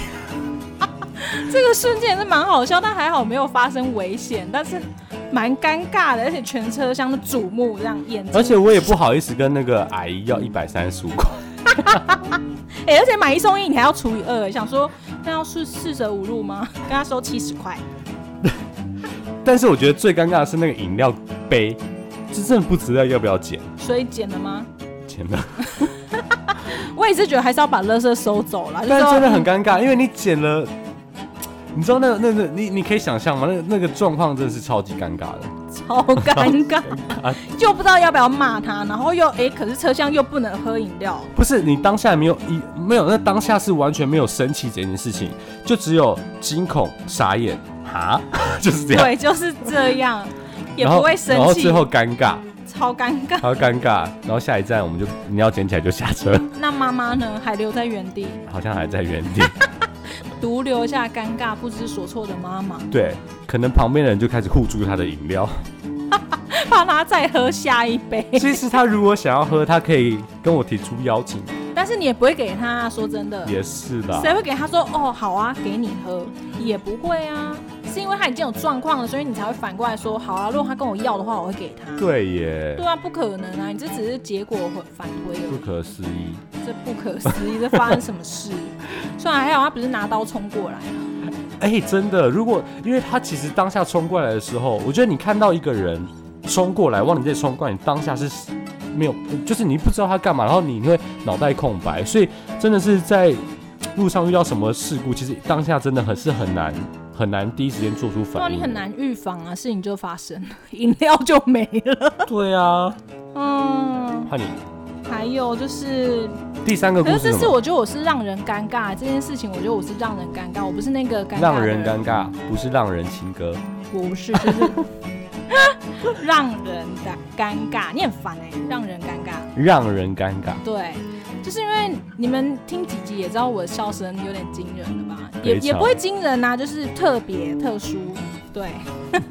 [SPEAKER 2] 这个瞬间也是蛮好笑，但还好没有发生危险，但是蛮尴尬的，而且全车厢的瞩目这样眼睛，
[SPEAKER 1] 而且我也不好意思跟那个阿姨要一百三十五块，
[SPEAKER 2] [LAUGHS] 哎、而且买一送一你还要除以二，想说那要是四舍五入吗？ [LAUGHS] 跟他收七十块，
[SPEAKER 1] 但是我觉得最尴尬的是那个饮料杯，是真的不知道要不要捡，
[SPEAKER 2] 所以减了吗？
[SPEAKER 1] 捡了。
[SPEAKER 2] 我也是觉得还是要把垃圾收走了，
[SPEAKER 1] 但
[SPEAKER 2] 是
[SPEAKER 1] 真的很尴尬，因为你剪了，你知道那个那个你你可以想象吗？那个那个状况真的是超级尴尬的。
[SPEAKER 2] [LAUGHS] 超尴尬，
[SPEAKER 1] 啊
[SPEAKER 2] 就不知道要不要骂他，然后又哎、可是车厢又不能喝饮料，
[SPEAKER 1] 不是你当下没有一没有，那当下是完全没有生气这件事情，就只有惊恐、傻眼、哈， [LAUGHS] 就是这样。
[SPEAKER 2] 对，就是这
[SPEAKER 1] [LAUGHS]
[SPEAKER 2] 样，也
[SPEAKER 1] 啊然后
[SPEAKER 2] 不会生
[SPEAKER 1] 然后
[SPEAKER 2] 气，
[SPEAKER 1] 最后尴尬，
[SPEAKER 2] 超尴尬。
[SPEAKER 1] 然后尴尬，然后下一站我们就你要捡起来就下车，
[SPEAKER 2] 那妈妈呢，还留在原地，
[SPEAKER 1] 好像还在原地。 [LAUGHS]
[SPEAKER 2] 独留下尴尬不知所措的妈妈， [LAUGHS]
[SPEAKER 1] 对，可能旁边的人就开始互助他的饮料。 [LAUGHS]
[SPEAKER 2] 怕他再喝下一杯。 [LAUGHS]
[SPEAKER 1] 其实他如果想要喝，他可以跟我提出邀请，
[SPEAKER 2] 但是你也不会给他，说真的，
[SPEAKER 1] 也是啦。
[SPEAKER 2] 谁会给他说哦好啊，给你喝？也不会啊，是因为他已经有状况了，所以你才会反过来说好啊。如果他跟我要的话，我会给他。
[SPEAKER 1] 对耶。
[SPEAKER 2] 对啊，不可能啊！你这只是结果反推而
[SPEAKER 1] 不
[SPEAKER 2] 已，
[SPEAKER 1] 可思议。
[SPEAKER 2] 这不可思议，这发生什么事？ [LAUGHS] 虽然还好他不是拿刀冲过来啊，
[SPEAKER 1] 哎、真的，如果因为他其实当下冲过来的时候，我觉得你看到一个人冲过来往你这里冲过来，你当下是没有，就是你不知道他干嘛，然后你会脑袋空白，所以真的是在路上遇到什么事故，其实当下真的很是很难很难第一时间做出
[SPEAKER 2] 不然
[SPEAKER 1] 反
[SPEAKER 2] 哦你
[SPEAKER 1] 应。
[SPEAKER 2] 很难预防啊，事情就发生了， [LAUGHS] 饮料就没
[SPEAKER 1] [LAUGHS]
[SPEAKER 2] 了。
[SPEAKER 1] 对啊，
[SPEAKER 2] 嗯，
[SPEAKER 1] 换你
[SPEAKER 2] 还有就是
[SPEAKER 1] 第三个故
[SPEAKER 2] 可是
[SPEAKER 1] 事
[SPEAKER 2] 这
[SPEAKER 1] 是
[SPEAKER 2] 次
[SPEAKER 1] 什么？
[SPEAKER 2] 我觉得我是让人尴尬这件事情，我觉得我是让人尴尬，我不是那个尴尬的
[SPEAKER 1] 让人尴尬，不是让人情歌。
[SPEAKER 2] 不是，就是 [LAUGHS] 让人的尴尬，你很烦哎、让人尴尬。
[SPEAKER 1] 让人尴尬，
[SPEAKER 2] 对，就是因为你们听几集也知道我的笑声有点惊人了吧，也
[SPEAKER 1] 非常
[SPEAKER 2] 也不会惊人呐、就是特别特殊，对。 [LAUGHS]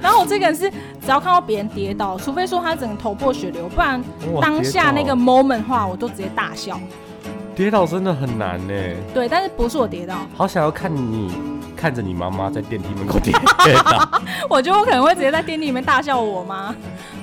[SPEAKER 2] 然后我这个人是只要看到别人跌倒，除非说他整个头破血流，不然
[SPEAKER 1] 哇
[SPEAKER 2] 当下那
[SPEAKER 1] 跌
[SPEAKER 2] 个
[SPEAKER 1] 倒
[SPEAKER 2] moment 的话，我都直接大笑。
[SPEAKER 1] 跌倒真的很难欸呢、
[SPEAKER 2] 对，但是不是我跌倒，
[SPEAKER 1] 好想要看你看着你妈妈在电梯门口跌跌倒。
[SPEAKER 2] 我觉得我可能会直接在电梯里面大笑我妈。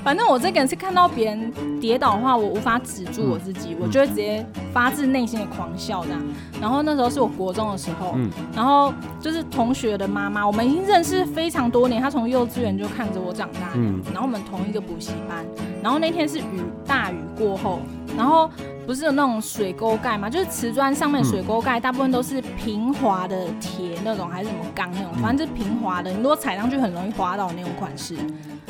[SPEAKER 2] 反正我这个人是看到别人跌倒的话，我无法止住
[SPEAKER 1] 嗯
[SPEAKER 2] 我自己，我就会直接发自内心的狂笑这样。然后那时候是我国中的时候，
[SPEAKER 1] 嗯
[SPEAKER 2] 然后就是同学的妈妈，我们已经认识非常多年，她从幼稚园就看着我长大，
[SPEAKER 1] 嗯
[SPEAKER 2] 然后我们同一个补习班。然后那天是雨大雨过后，然后不是有那种水沟盖嘛，就是瓷砖上面的
[SPEAKER 1] 嗯
[SPEAKER 2] 水沟盖，大部分都是平滑的铁那种，还是什么钢那种，
[SPEAKER 1] 嗯
[SPEAKER 2] 反正就是平滑的，你如果踩上去很容易滑倒的那种款式。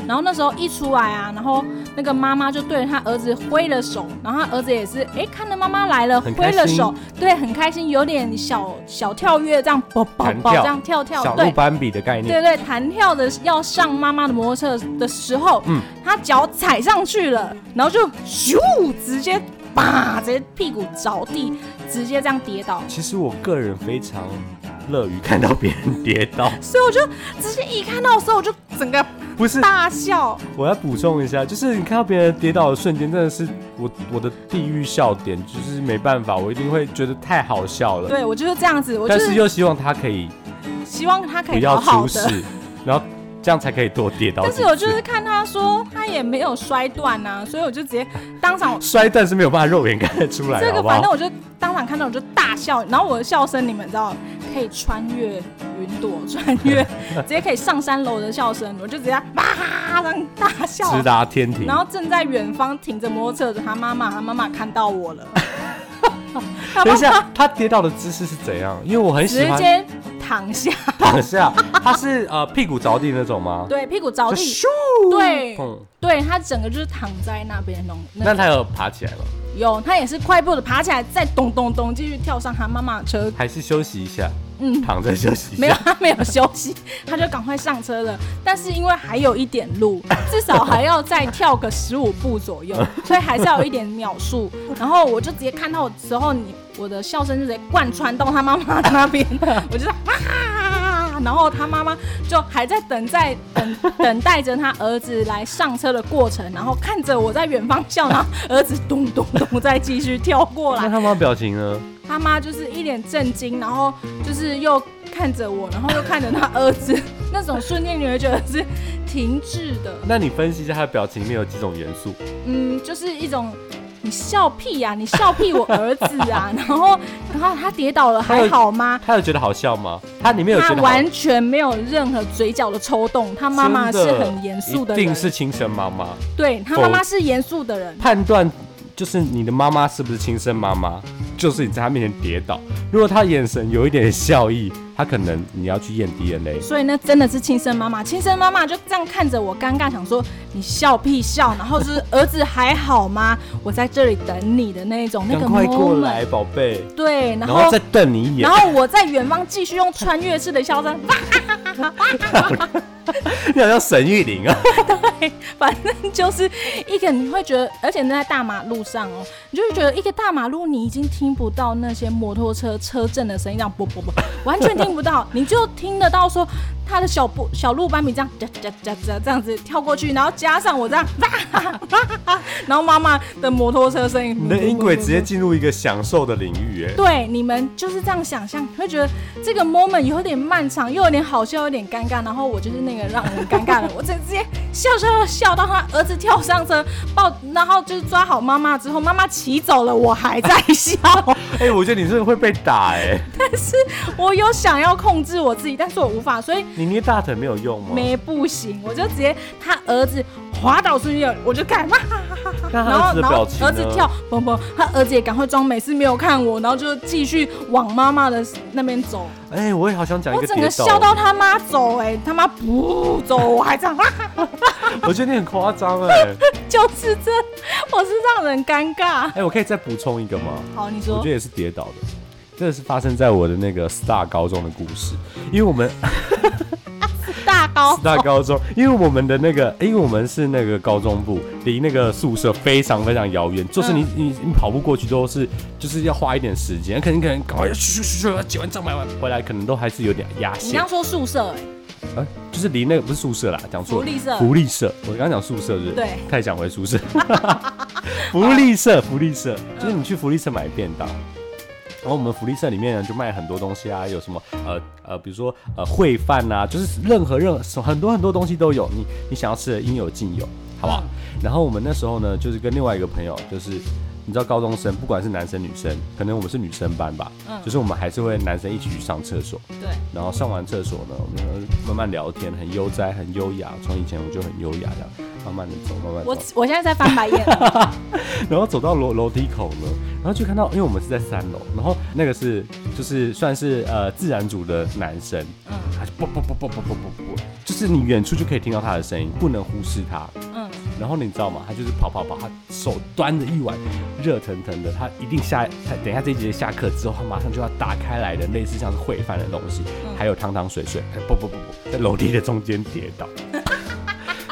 [SPEAKER 2] 然后那时候一出来啊，然后那个妈妈就对着他儿子挥了手，然后他儿子也是哎看到妈妈来了，
[SPEAKER 1] 很
[SPEAKER 2] 挥
[SPEAKER 1] 开
[SPEAKER 2] 了
[SPEAKER 1] 心
[SPEAKER 2] 手，对，很开心，有点小小跳跃这样，啵啵
[SPEAKER 1] 弹
[SPEAKER 2] 啵
[SPEAKER 1] 跳
[SPEAKER 2] 这样跳跳，
[SPEAKER 1] 小
[SPEAKER 2] 对
[SPEAKER 1] 鹿斑比的概念。
[SPEAKER 2] 对对，弹跳的要上妈妈的摩托车的时候，
[SPEAKER 1] 嗯
[SPEAKER 2] 他脚踩上去了，然后就咻直接叭，直接屁股着地，直接这样跌倒。
[SPEAKER 1] 其实我个人非常乐于看到别人跌倒，
[SPEAKER 2] 所以我就直接一看到的时候，我就整个
[SPEAKER 1] [LAUGHS] 不是
[SPEAKER 2] 大笑。
[SPEAKER 1] 我要补充一下，就是你看到别人跌倒的瞬间，真的是我我的地狱笑点，就是没办法，我一定会觉得太好笑了。
[SPEAKER 2] 对我就是这样子，我就
[SPEAKER 1] 但是
[SPEAKER 2] 是
[SPEAKER 1] 又希望他可以
[SPEAKER 2] 希望他可
[SPEAKER 1] 不
[SPEAKER 2] 以
[SPEAKER 1] 要
[SPEAKER 2] 好好
[SPEAKER 1] 出
[SPEAKER 2] 的。
[SPEAKER 1] 事，然后这样才可以多跌倒
[SPEAKER 2] 但
[SPEAKER 1] 几次。
[SPEAKER 2] 是我就是看他说他也没有摔断呐、所以我就直接当场
[SPEAKER 1] 摔断是没有办法肉眼看得出来，
[SPEAKER 2] 这
[SPEAKER 1] 好
[SPEAKER 2] 个
[SPEAKER 1] 不
[SPEAKER 2] 反正
[SPEAKER 1] 好？
[SPEAKER 2] 我就当场看到我就大笑，然后我的笑声你们知道可以穿越云朵，穿越直接可以上山楼的笑声，我就直接哇这样大笑。
[SPEAKER 1] 直达天庭
[SPEAKER 2] 然。后正在远方停着摩托车的他妈妈，他妈妈看到我了，
[SPEAKER 1] 等
[SPEAKER 2] 他妈
[SPEAKER 1] 一
[SPEAKER 2] 妈
[SPEAKER 1] 下，他跌倒的姿势是怎样？因为我很喜
[SPEAKER 2] 直
[SPEAKER 1] 欢
[SPEAKER 2] 接躺下，
[SPEAKER 1] 躺下， [LAUGHS] 他是呃屁股着地那种吗？
[SPEAKER 2] 对，屁股着
[SPEAKER 1] 就
[SPEAKER 2] 地，
[SPEAKER 1] 咻，
[SPEAKER 2] 对
[SPEAKER 1] 砰
[SPEAKER 2] 对他整个就是躺在那边弄。
[SPEAKER 1] 那
[SPEAKER 2] 那
[SPEAKER 1] 他有爬起来吗？
[SPEAKER 2] 有，他也是快步的爬起来，再咚咚咚继续跳上他妈妈的车，
[SPEAKER 1] 还是休息一下，
[SPEAKER 2] 嗯，
[SPEAKER 1] 躺着休息一
[SPEAKER 2] 没有
[SPEAKER 1] 下？，
[SPEAKER 2] 他没有休息， [LAUGHS] 他就赶快上车了。但是因为还有一点路，至少还要再跳个十五步左右，所以还是要有一点秒数。然后我就直接看到的时候，你我的笑声就直接贯穿到他妈妈那边，我就啊，然后他妈妈就还在等在等等待着他儿子来上车的过程，然后看着我在远方笑，然后儿子咚咚咚再继续跳过来
[SPEAKER 1] 那。他妈表情呢？
[SPEAKER 2] 他妈就是一脸震惊，然后就是又看着我，然后又看着他儿子， [LAUGHS] 那种瞬间你会觉得是停滞的，
[SPEAKER 1] 那你分析一下他的表情里面有几种元素？
[SPEAKER 2] 嗯，就是一种你笑屁呀、你笑屁我儿子啊， [LAUGHS] 然后然后他跌倒了还好吗？
[SPEAKER 1] 他有觉得好笑吗？他里面有
[SPEAKER 2] 他
[SPEAKER 1] 觉得好
[SPEAKER 2] 完全没有任何嘴角的抽动，他妈妈
[SPEAKER 1] 真
[SPEAKER 2] 是
[SPEAKER 1] 的
[SPEAKER 2] 很严肃的
[SPEAKER 1] 一
[SPEAKER 2] 人
[SPEAKER 1] 定，是亲生妈妈。
[SPEAKER 2] 对他妈妈是严肃的人，
[SPEAKER 1] 判断就是你的妈妈是不是亲生妈妈，就是你在她面前跌倒。如果她眼神有一点笑意，她可能你要去验 DNA。
[SPEAKER 2] 所以呢，真的是亲生妈妈，亲生妈妈就这样看着我，尴尬想说你笑屁笑，然后就是儿子还好吗？我在这里等你的那一种那
[SPEAKER 1] 赶
[SPEAKER 2] 个
[SPEAKER 1] 快过
[SPEAKER 2] moment，
[SPEAKER 1] 来，宝贝，
[SPEAKER 2] 对，然
[SPEAKER 1] 然
[SPEAKER 2] 后
[SPEAKER 1] 后再瞪你一眼
[SPEAKER 2] 然。后我在远方继续用穿越式的笑声，哇
[SPEAKER 1] [LAUGHS] 你好像沈玉玲啊，
[SPEAKER 2] 反正就是一个你会觉得，而且那在大马路上哦，你就会觉得一个大马路你已经听不到那些摩托车车震的声音，这样啵啵啵，完全听不到，你就听得到说他的小步小路斑比这样哒哒哒哒这样子跳过去，然后加上我这样，然后妈妈的摩托车声音，
[SPEAKER 1] 你的音轨直接进入一个享受的领域，哎，
[SPEAKER 2] 对，你们就是这样想象，你会觉得这个 moment 有点漫长，又有点好笑，有点尴尬。然后我就是那个让人尴尬的，我直接笑笑笑笑到他儿子跳上车抱，然后就是抓好妈妈之后，妈妈骑走了，我还在笑。
[SPEAKER 1] 哎、我觉得你真的会被打、哎，
[SPEAKER 2] 但是我有想要控制我自己，但是我无法，所以
[SPEAKER 1] 你捏大腿没有用吗？
[SPEAKER 2] 没不行，我就直接他儿子滑倒出去了，我就看 [LAUGHS] 哇哈哈哈哈，
[SPEAKER 1] 那
[SPEAKER 2] 然
[SPEAKER 1] 他儿
[SPEAKER 2] 后
[SPEAKER 1] 子的
[SPEAKER 2] 然
[SPEAKER 1] 表
[SPEAKER 2] 后
[SPEAKER 1] 情呢
[SPEAKER 2] 儿子跳，不不，他儿子也赶快装没事没有看我，然后就继续往妈妈的那边走。
[SPEAKER 1] 哎、我也好想讲一
[SPEAKER 2] 我
[SPEAKER 1] 个
[SPEAKER 2] 整
[SPEAKER 1] 跌
[SPEAKER 2] 个
[SPEAKER 1] 倒
[SPEAKER 2] 笑，到他妈走、哎，他妈不走，我还这样，啊
[SPEAKER 1] 我觉得你很夸张哎，
[SPEAKER 2] [LAUGHS] 就是这，我是让人尴尬。
[SPEAKER 1] 哎，我可以再补充一个吗？
[SPEAKER 2] 好，你
[SPEAKER 1] 我
[SPEAKER 2] 说
[SPEAKER 1] 觉得，也是跌倒的，这个是发生在我的那个 star 高中的故事，因为我们
[SPEAKER 2] 大高
[SPEAKER 1] star 高中，因为我们的那个，因为我们是那个高中部，离那个宿舍非常非常遥远，就是你你你跑步过去都是就是要花一点时间，可能可能赶快咻咻咻咻结完账买完回来，可能都还是有点压
[SPEAKER 2] 你
[SPEAKER 1] 线
[SPEAKER 2] 刚，说宿舍、哎，
[SPEAKER 1] 啊，就是离那个不是宿舍啦，讲错了，
[SPEAKER 2] 福利社
[SPEAKER 1] 福利社，我刚刚讲宿舍是不是？
[SPEAKER 2] 对
[SPEAKER 1] 太想回宿
[SPEAKER 2] [LAUGHS]
[SPEAKER 1] 舍，福利社，福利社，就是你去福利社买便当。然后我们福利社里面呢，就卖很多东西啊，有什么呃呃，比如说呃烩饭呐、就是任何任何很多很多东西都有，你你想要吃的应有尽有，好不好？
[SPEAKER 2] 嗯
[SPEAKER 1] 然后我们那时候呢，就是跟另外一个朋友，就是你知道高中生，不管是男生女生，可能我们是女生班吧，
[SPEAKER 2] 嗯
[SPEAKER 1] 就是我们还是会男生一起去上厕所，
[SPEAKER 2] 对，
[SPEAKER 1] 然后上完厕所呢，我们慢慢聊天，很悠哉，很优雅。从以前我就很优雅这样，慢慢的走，慢慢
[SPEAKER 2] 我
[SPEAKER 1] 地走。
[SPEAKER 2] 我现在在翻白眼，
[SPEAKER 1] [LAUGHS] 然后走到楼楼梯口呢，然后就看到，因为我们是在三楼，然后那个是就是算是呃自然组的男生，
[SPEAKER 2] 嗯
[SPEAKER 1] 他就啵啵啵啵啵啵啵啵，就是你远处就可以听到他的声音，不能忽视他。
[SPEAKER 2] 嗯，
[SPEAKER 1] 然后你知道吗？他就是跑跑跑，他手端着一碗热腾腾的，他一定下他等一下这一节下课之后，他马上就要打开来的，类似像是烩饭的东西，
[SPEAKER 2] 嗯
[SPEAKER 1] 还有汤汤水水，哎不不不不，在楼梯的中间跌倒。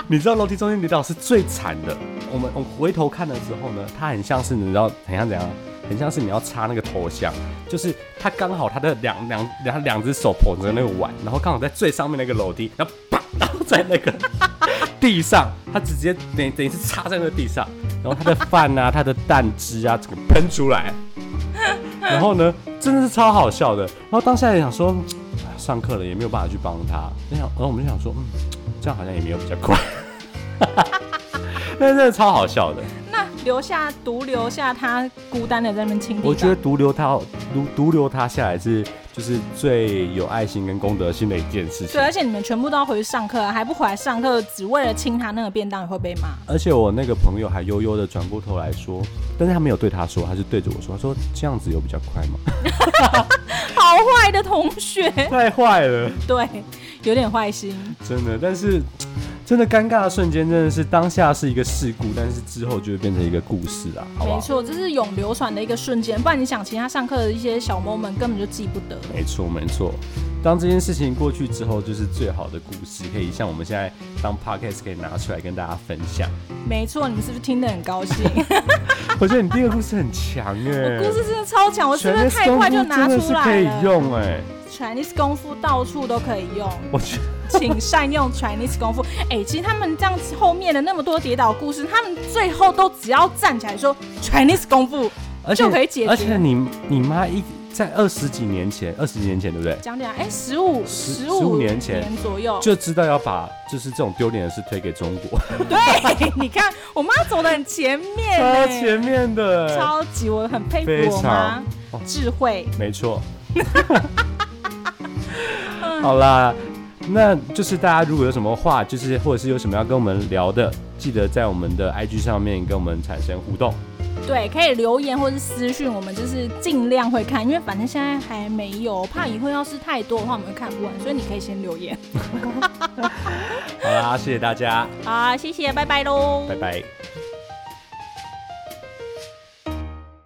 [SPEAKER 1] 你知道楼梯中间跌倒是最惨的，我们我回头看的时候呢，它很像是你知道，很像怎样？很像是你要插那个头像，就是它刚好它的两两两两只手捧着那个碗，然后刚好在最上面那个楼梯，然后啪，然后在那个地上，它直接等等于是插在那个地上，然后它的饭啊、它的蛋汁啊，整个喷出来，然后呢，真的是超好笑的。然后当下也想说，哎上课了也没有办法去帮他，那想，然后我们就想说，嗯，这样好像也没有比较快， [LAUGHS] 但是真的超好笑的。
[SPEAKER 2] 那留下独留下他孤单的在那边清理吧。
[SPEAKER 1] 我觉得独留他独独留他下来是就是最有爱心跟公德心的一件事情
[SPEAKER 2] 对，。而且你们全部都要回去上课，还不回来上课，只为了清他那个便当，也会被骂。
[SPEAKER 1] 而且我那个朋友还悠悠的转过头来说，但是他没有对他说，他是对着我说，他说这样子有比较快吗？
[SPEAKER 2] 好坏的同学，
[SPEAKER 1] [LAUGHS] 太坏了，
[SPEAKER 2] 对，有点坏心。
[SPEAKER 1] 真的。但是真的尴尬的瞬间真的是当下是一个事故，但是之后就会变成一个故事啊，好不
[SPEAKER 2] 没
[SPEAKER 1] 好？
[SPEAKER 2] 错，这是永流传的一个瞬间，不然你想其他上课的一些小 moment 根本就记不得。
[SPEAKER 1] 没错，没错。当这件事情过去之后，就是最好的故事，可以像我们现在当 podcast 可以拿出来跟大家分
[SPEAKER 2] [LAUGHS]
[SPEAKER 1] 享。
[SPEAKER 2] 没错，你们是不是听得很
[SPEAKER 1] [LAUGHS]
[SPEAKER 2] 高兴？
[SPEAKER 1] 我觉得你第二个故事很强
[SPEAKER 2] 我
[SPEAKER 1] 哎、
[SPEAKER 2] 故事真的超强，我是不
[SPEAKER 1] 全
[SPEAKER 2] 是太快就拿
[SPEAKER 1] 真的
[SPEAKER 2] 出
[SPEAKER 1] 是
[SPEAKER 2] 来了？
[SPEAKER 1] 可以用哎、
[SPEAKER 2] Chinese 功夫到处都可以用，
[SPEAKER 1] 我觉
[SPEAKER 2] 请善用 Chinese 功夫。 [LAUGHS] 哎、其实他们这样子后面的那么多跌倒故事，他们最后都只要站起来说 Chinese 功夫，
[SPEAKER 1] 而且
[SPEAKER 2] 就可以解决
[SPEAKER 1] 而且你你妈一在二十几年前，二十年前对不对？
[SPEAKER 2] 讲讲哎，十五
[SPEAKER 1] 十
[SPEAKER 2] 五
[SPEAKER 1] 15年前
[SPEAKER 2] 左右，
[SPEAKER 1] 就知道要把就是这种丢脸的事推给中国，
[SPEAKER 2] 对，哎 [LAUGHS] 你看我妈走的很前面、
[SPEAKER 1] 超
[SPEAKER 2] 哎
[SPEAKER 1] 前面的 [LAUGHS] 欸、
[SPEAKER 2] 超级，我很佩
[SPEAKER 1] 非
[SPEAKER 2] 服我妈
[SPEAKER 1] 常哦
[SPEAKER 2] 智慧。
[SPEAKER 1] 没
[SPEAKER 2] [LAUGHS]
[SPEAKER 1] 错。好啦，那就是大家如果有什么话，就是或者是有什么要跟我们聊的，记得在我们的 IG 上面跟我们产生互动。
[SPEAKER 2] 对，可以留言或是私讯，我们就是尽量会看，因为反正现在还没有，怕以后要是太多的话，我们会看不完，所以你可以先留言。
[SPEAKER 1] 好啦，谢谢大家，
[SPEAKER 2] 好，谢谢，拜拜喽，
[SPEAKER 1] 拜拜。